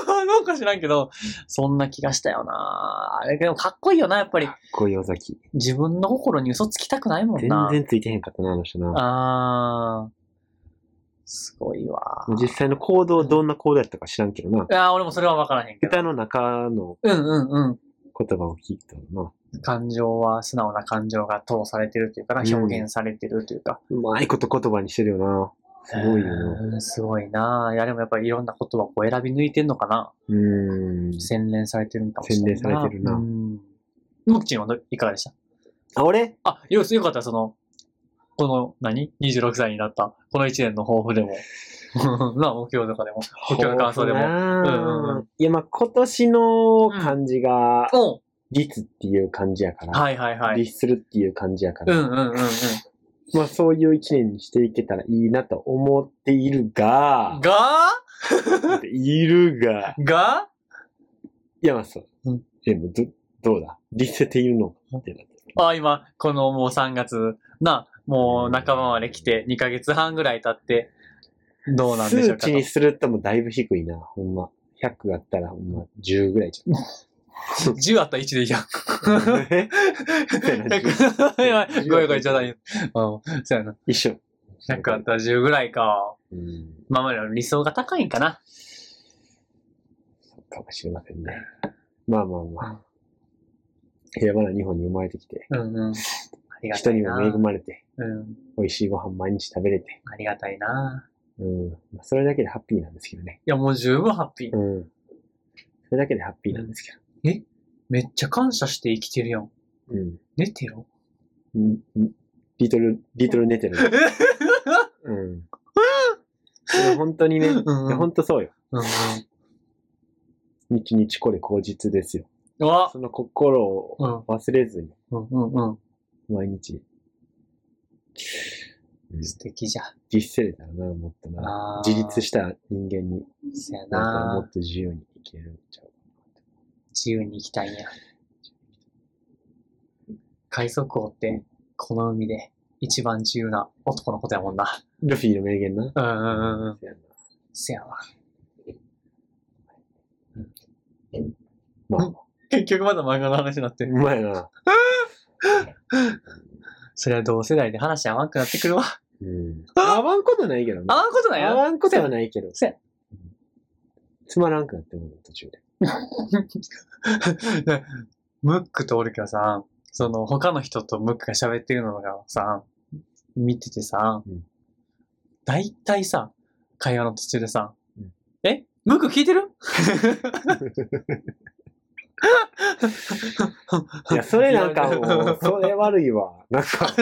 [SPEAKER 1] どうか知らんけど、そんな気がしたよな。あれでもかっこいいよな、やっぱり
[SPEAKER 2] か。っこいい尾崎。
[SPEAKER 1] 自分の心に嘘つきたくないもん
[SPEAKER 2] 全
[SPEAKER 1] な。
[SPEAKER 2] 然ついてへんかったな、あの人な。
[SPEAKER 1] あー。すごいわ。
[SPEAKER 2] 実際の行動、どんな行動やったか知らんけどな。
[SPEAKER 1] いやー、俺もそれは分からへんけど。
[SPEAKER 2] 歌の中の
[SPEAKER 1] うんうんう
[SPEAKER 2] 言葉を聞いたのな。
[SPEAKER 1] ん。感情は、素直な感情が通されてるというかな、
[SPEAKER 2] うん
[SPEAKER 1] 表現されてるというか。
[SPEAKER 2] うまいこと言葉にしてるよすごいよな。
[SPEAKER 1] うんすごいなぁ。いや、でもやっぱりいろんな言葉をこう選び抜いてんのかな。
[SPEAKER 2] うーん。
[SPEAKER 1] 洗練されてるんかもしれないな。
[SPEAKER 2] 洗練されてるな
[SPEAKER 1] うん。もっちんはどいかがでした
[SPEAKER 2] あ、俺
[SPEAKER 1] あ、よよかった、その、この、何 ?26 歳になった、この1年の抱負で も。 なあ、目標とかでも。目標の感想でも。うんうんう
[SPEAKER 2] も。いや、まあ、今年の漢字が、
[SPEAKER 1] おう
[SPEAKER 2] 律っていう漢字やから。
[SPEAKER 1] はいはいはい。
[SPEAKER 2] 律するっていう感じやか
[SPEAKER 1] うん
[SPEAKER 2] ら、
[SPEAKER 1] うんうんうん。
[SPEAKER 2] まあそういう一年にしていけたらいいなと思ってい るが、
[SPEAKER 1] が
[SPEAKER 2] いるが、
[SPEAKER 1] が
[SPEAKER 2] いやまあそう
[SPEAKER 1] うん。
[SPEAKER 2] でもど、どうだ律せているのかってなってる。
[SPEAKER 1] あ、今、このもう3月、な、もう半ばまで来て2ヶ月半ぐらい経って、どうなんでしょ
[SPEAKER 2] 数
[SPEAKER 1] うか
[SPEAKER 2] 値
[SPEAKER 1] と
[SPEAKER 2] に。するともだいぶ低いな、ほんま。100あったらほんま10ぐらいじゃん。
[SPEAKER 1] 10あったら1でいいやん。
[SPEAKER 2] え
[SPEAKER 1] 100やば いごめんごめん、冗談言う。うん、そうやな。
[SPEAKER 2] 一緒。
[SPEAKER 1] 100あったら10ぐらいか。
[SPEAKER 2] うん、
[SPEAKER 1] まあまあでも理想が高いんかな。
[SPEAKER 2] かもしれませんね。まあまあまあ。平和な日本に生まれてきて、
[SPEAKER 1] うんうん。ありがた
[SPEAKER 2] 人
[SPEAKER 1] い
[SPEAKER 2] に
[SPEAKER 1] な。
[SPEAKER 2] も恵まれて、
[SPEAKER 1] うん。
[SPEAKER 2] 美味しいご飯毎日食べれて、
[SPEAKER 1] ありがたいな。
[SPEAKER 2] うん。まあそれだけでハッピーなんですけどね。
[SPEAKER 1] いや、もう十分ハッピー。
[SPEAKER 2] うん。それだけでハッピーなんですけ
[SPEAKER 1] めっちゃ感謝して生きてるやん。
[SPEAKER 2] ど。うん。
[SPEAKER 1] 寝て ろ。
[SPEAKER 2] うんうんリトル、リトル寝てる。うん。いや本当にね、い
[SPEAKER 1] う
[SPEAKER 2] や
[SPEAKER 1] んうん
[SPEAKER 2] 本当そうよ。
[SPEAKER 1] うんうん。
[SPEAKER 2] 日々これ口実ですよ。
[SPEAKER 1] うわ
[SPEAKER 2] その心を
[SPEAKER 1] うん
[SPEAKER 2] 忘れずに、
[SPEAKER 1] うんうんうん。
[SPEAKER 2] 毎日、
[SPEAKER 1] 素敵じゃ。
[SPEAKER 2] 実せれたらな、もっとな。
[SPEAKER 1] あー
[SPEAKER 2] 自立した人間に
[SPEAKER 1] そうや
[SPEAKER 2] なったらも
[SPEAKER 1] な
[SPEAKER 2] っ。と自由に生きれるんちゃう
[SPEAKER 1] 自由に行きたいんや。海賊王って、この海で一番自由な男のことやもんな。
[SPEAKER 2] ルフィの名言な。
[SPEAKER 1] うんうんうんうん。
[SPEAKER 2] せやな
[SPEAKER 1] せやわ。
[SPEAKER 2] まあまあ、
[SPEAKER 1] 結局まだ漫画の話になって
[SPEAKER 2] う。まいな。
[SPEAKER 1] それは同世代で話合わんくなってくるわ。
[SPEAKER 2] うん。合わんことないけどな
[SPEAKER 1] 合。わんことない
[SPEAKER 2] 合
[SPEAKER 1] や
[SPEAKER 2] わんことはないけど。
[SPEAKER 1] せや
[SPEAKER 2] つまらんくなってもう 途中で。
[SPEAKER 1] ムックとおるけどさ、その他の人とムックが喋ってるのがさ、見ててさ
[SPEAKER 2] うん、
[SPEAKER 1] 大体、さ、会話の途中でさ、
[SPEAKER 2] うん
[SPEAKER 1] えムック聞いてる
[SPEAKER 2] いや、それなんかも う、それ悪いわ。なんか、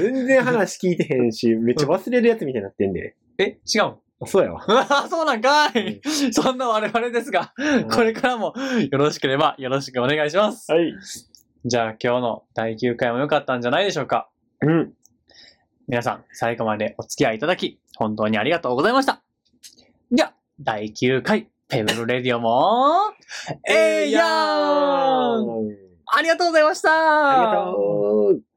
[SPEAKER 2] 全然話聞いてへんし、めっちゃ忘れるやつみたいになってんで。
[SPEAKER 1] え違うん
[SPEAKER 2] あそうやわ。
[SPEAKER 1] あそうなんかい、そんな我々ですが、これからもよろしければよろしくお願いします。
[SPEAKER 2] はい。
[SPEAKER 1] じゃあ今日の第9回も良かったんじゃないでしょうか。
[SPEAKER 2] うん。
[SPEAKER 1] 皆さん、最後までお付き合いいただき、本当にありがとうございました。では、第9回、ペブルレディオも、 ええやん
[SPEAKER 2] ん
[SPEAKER 1] ありがとうございました
[SPEAKER 2] ありがとう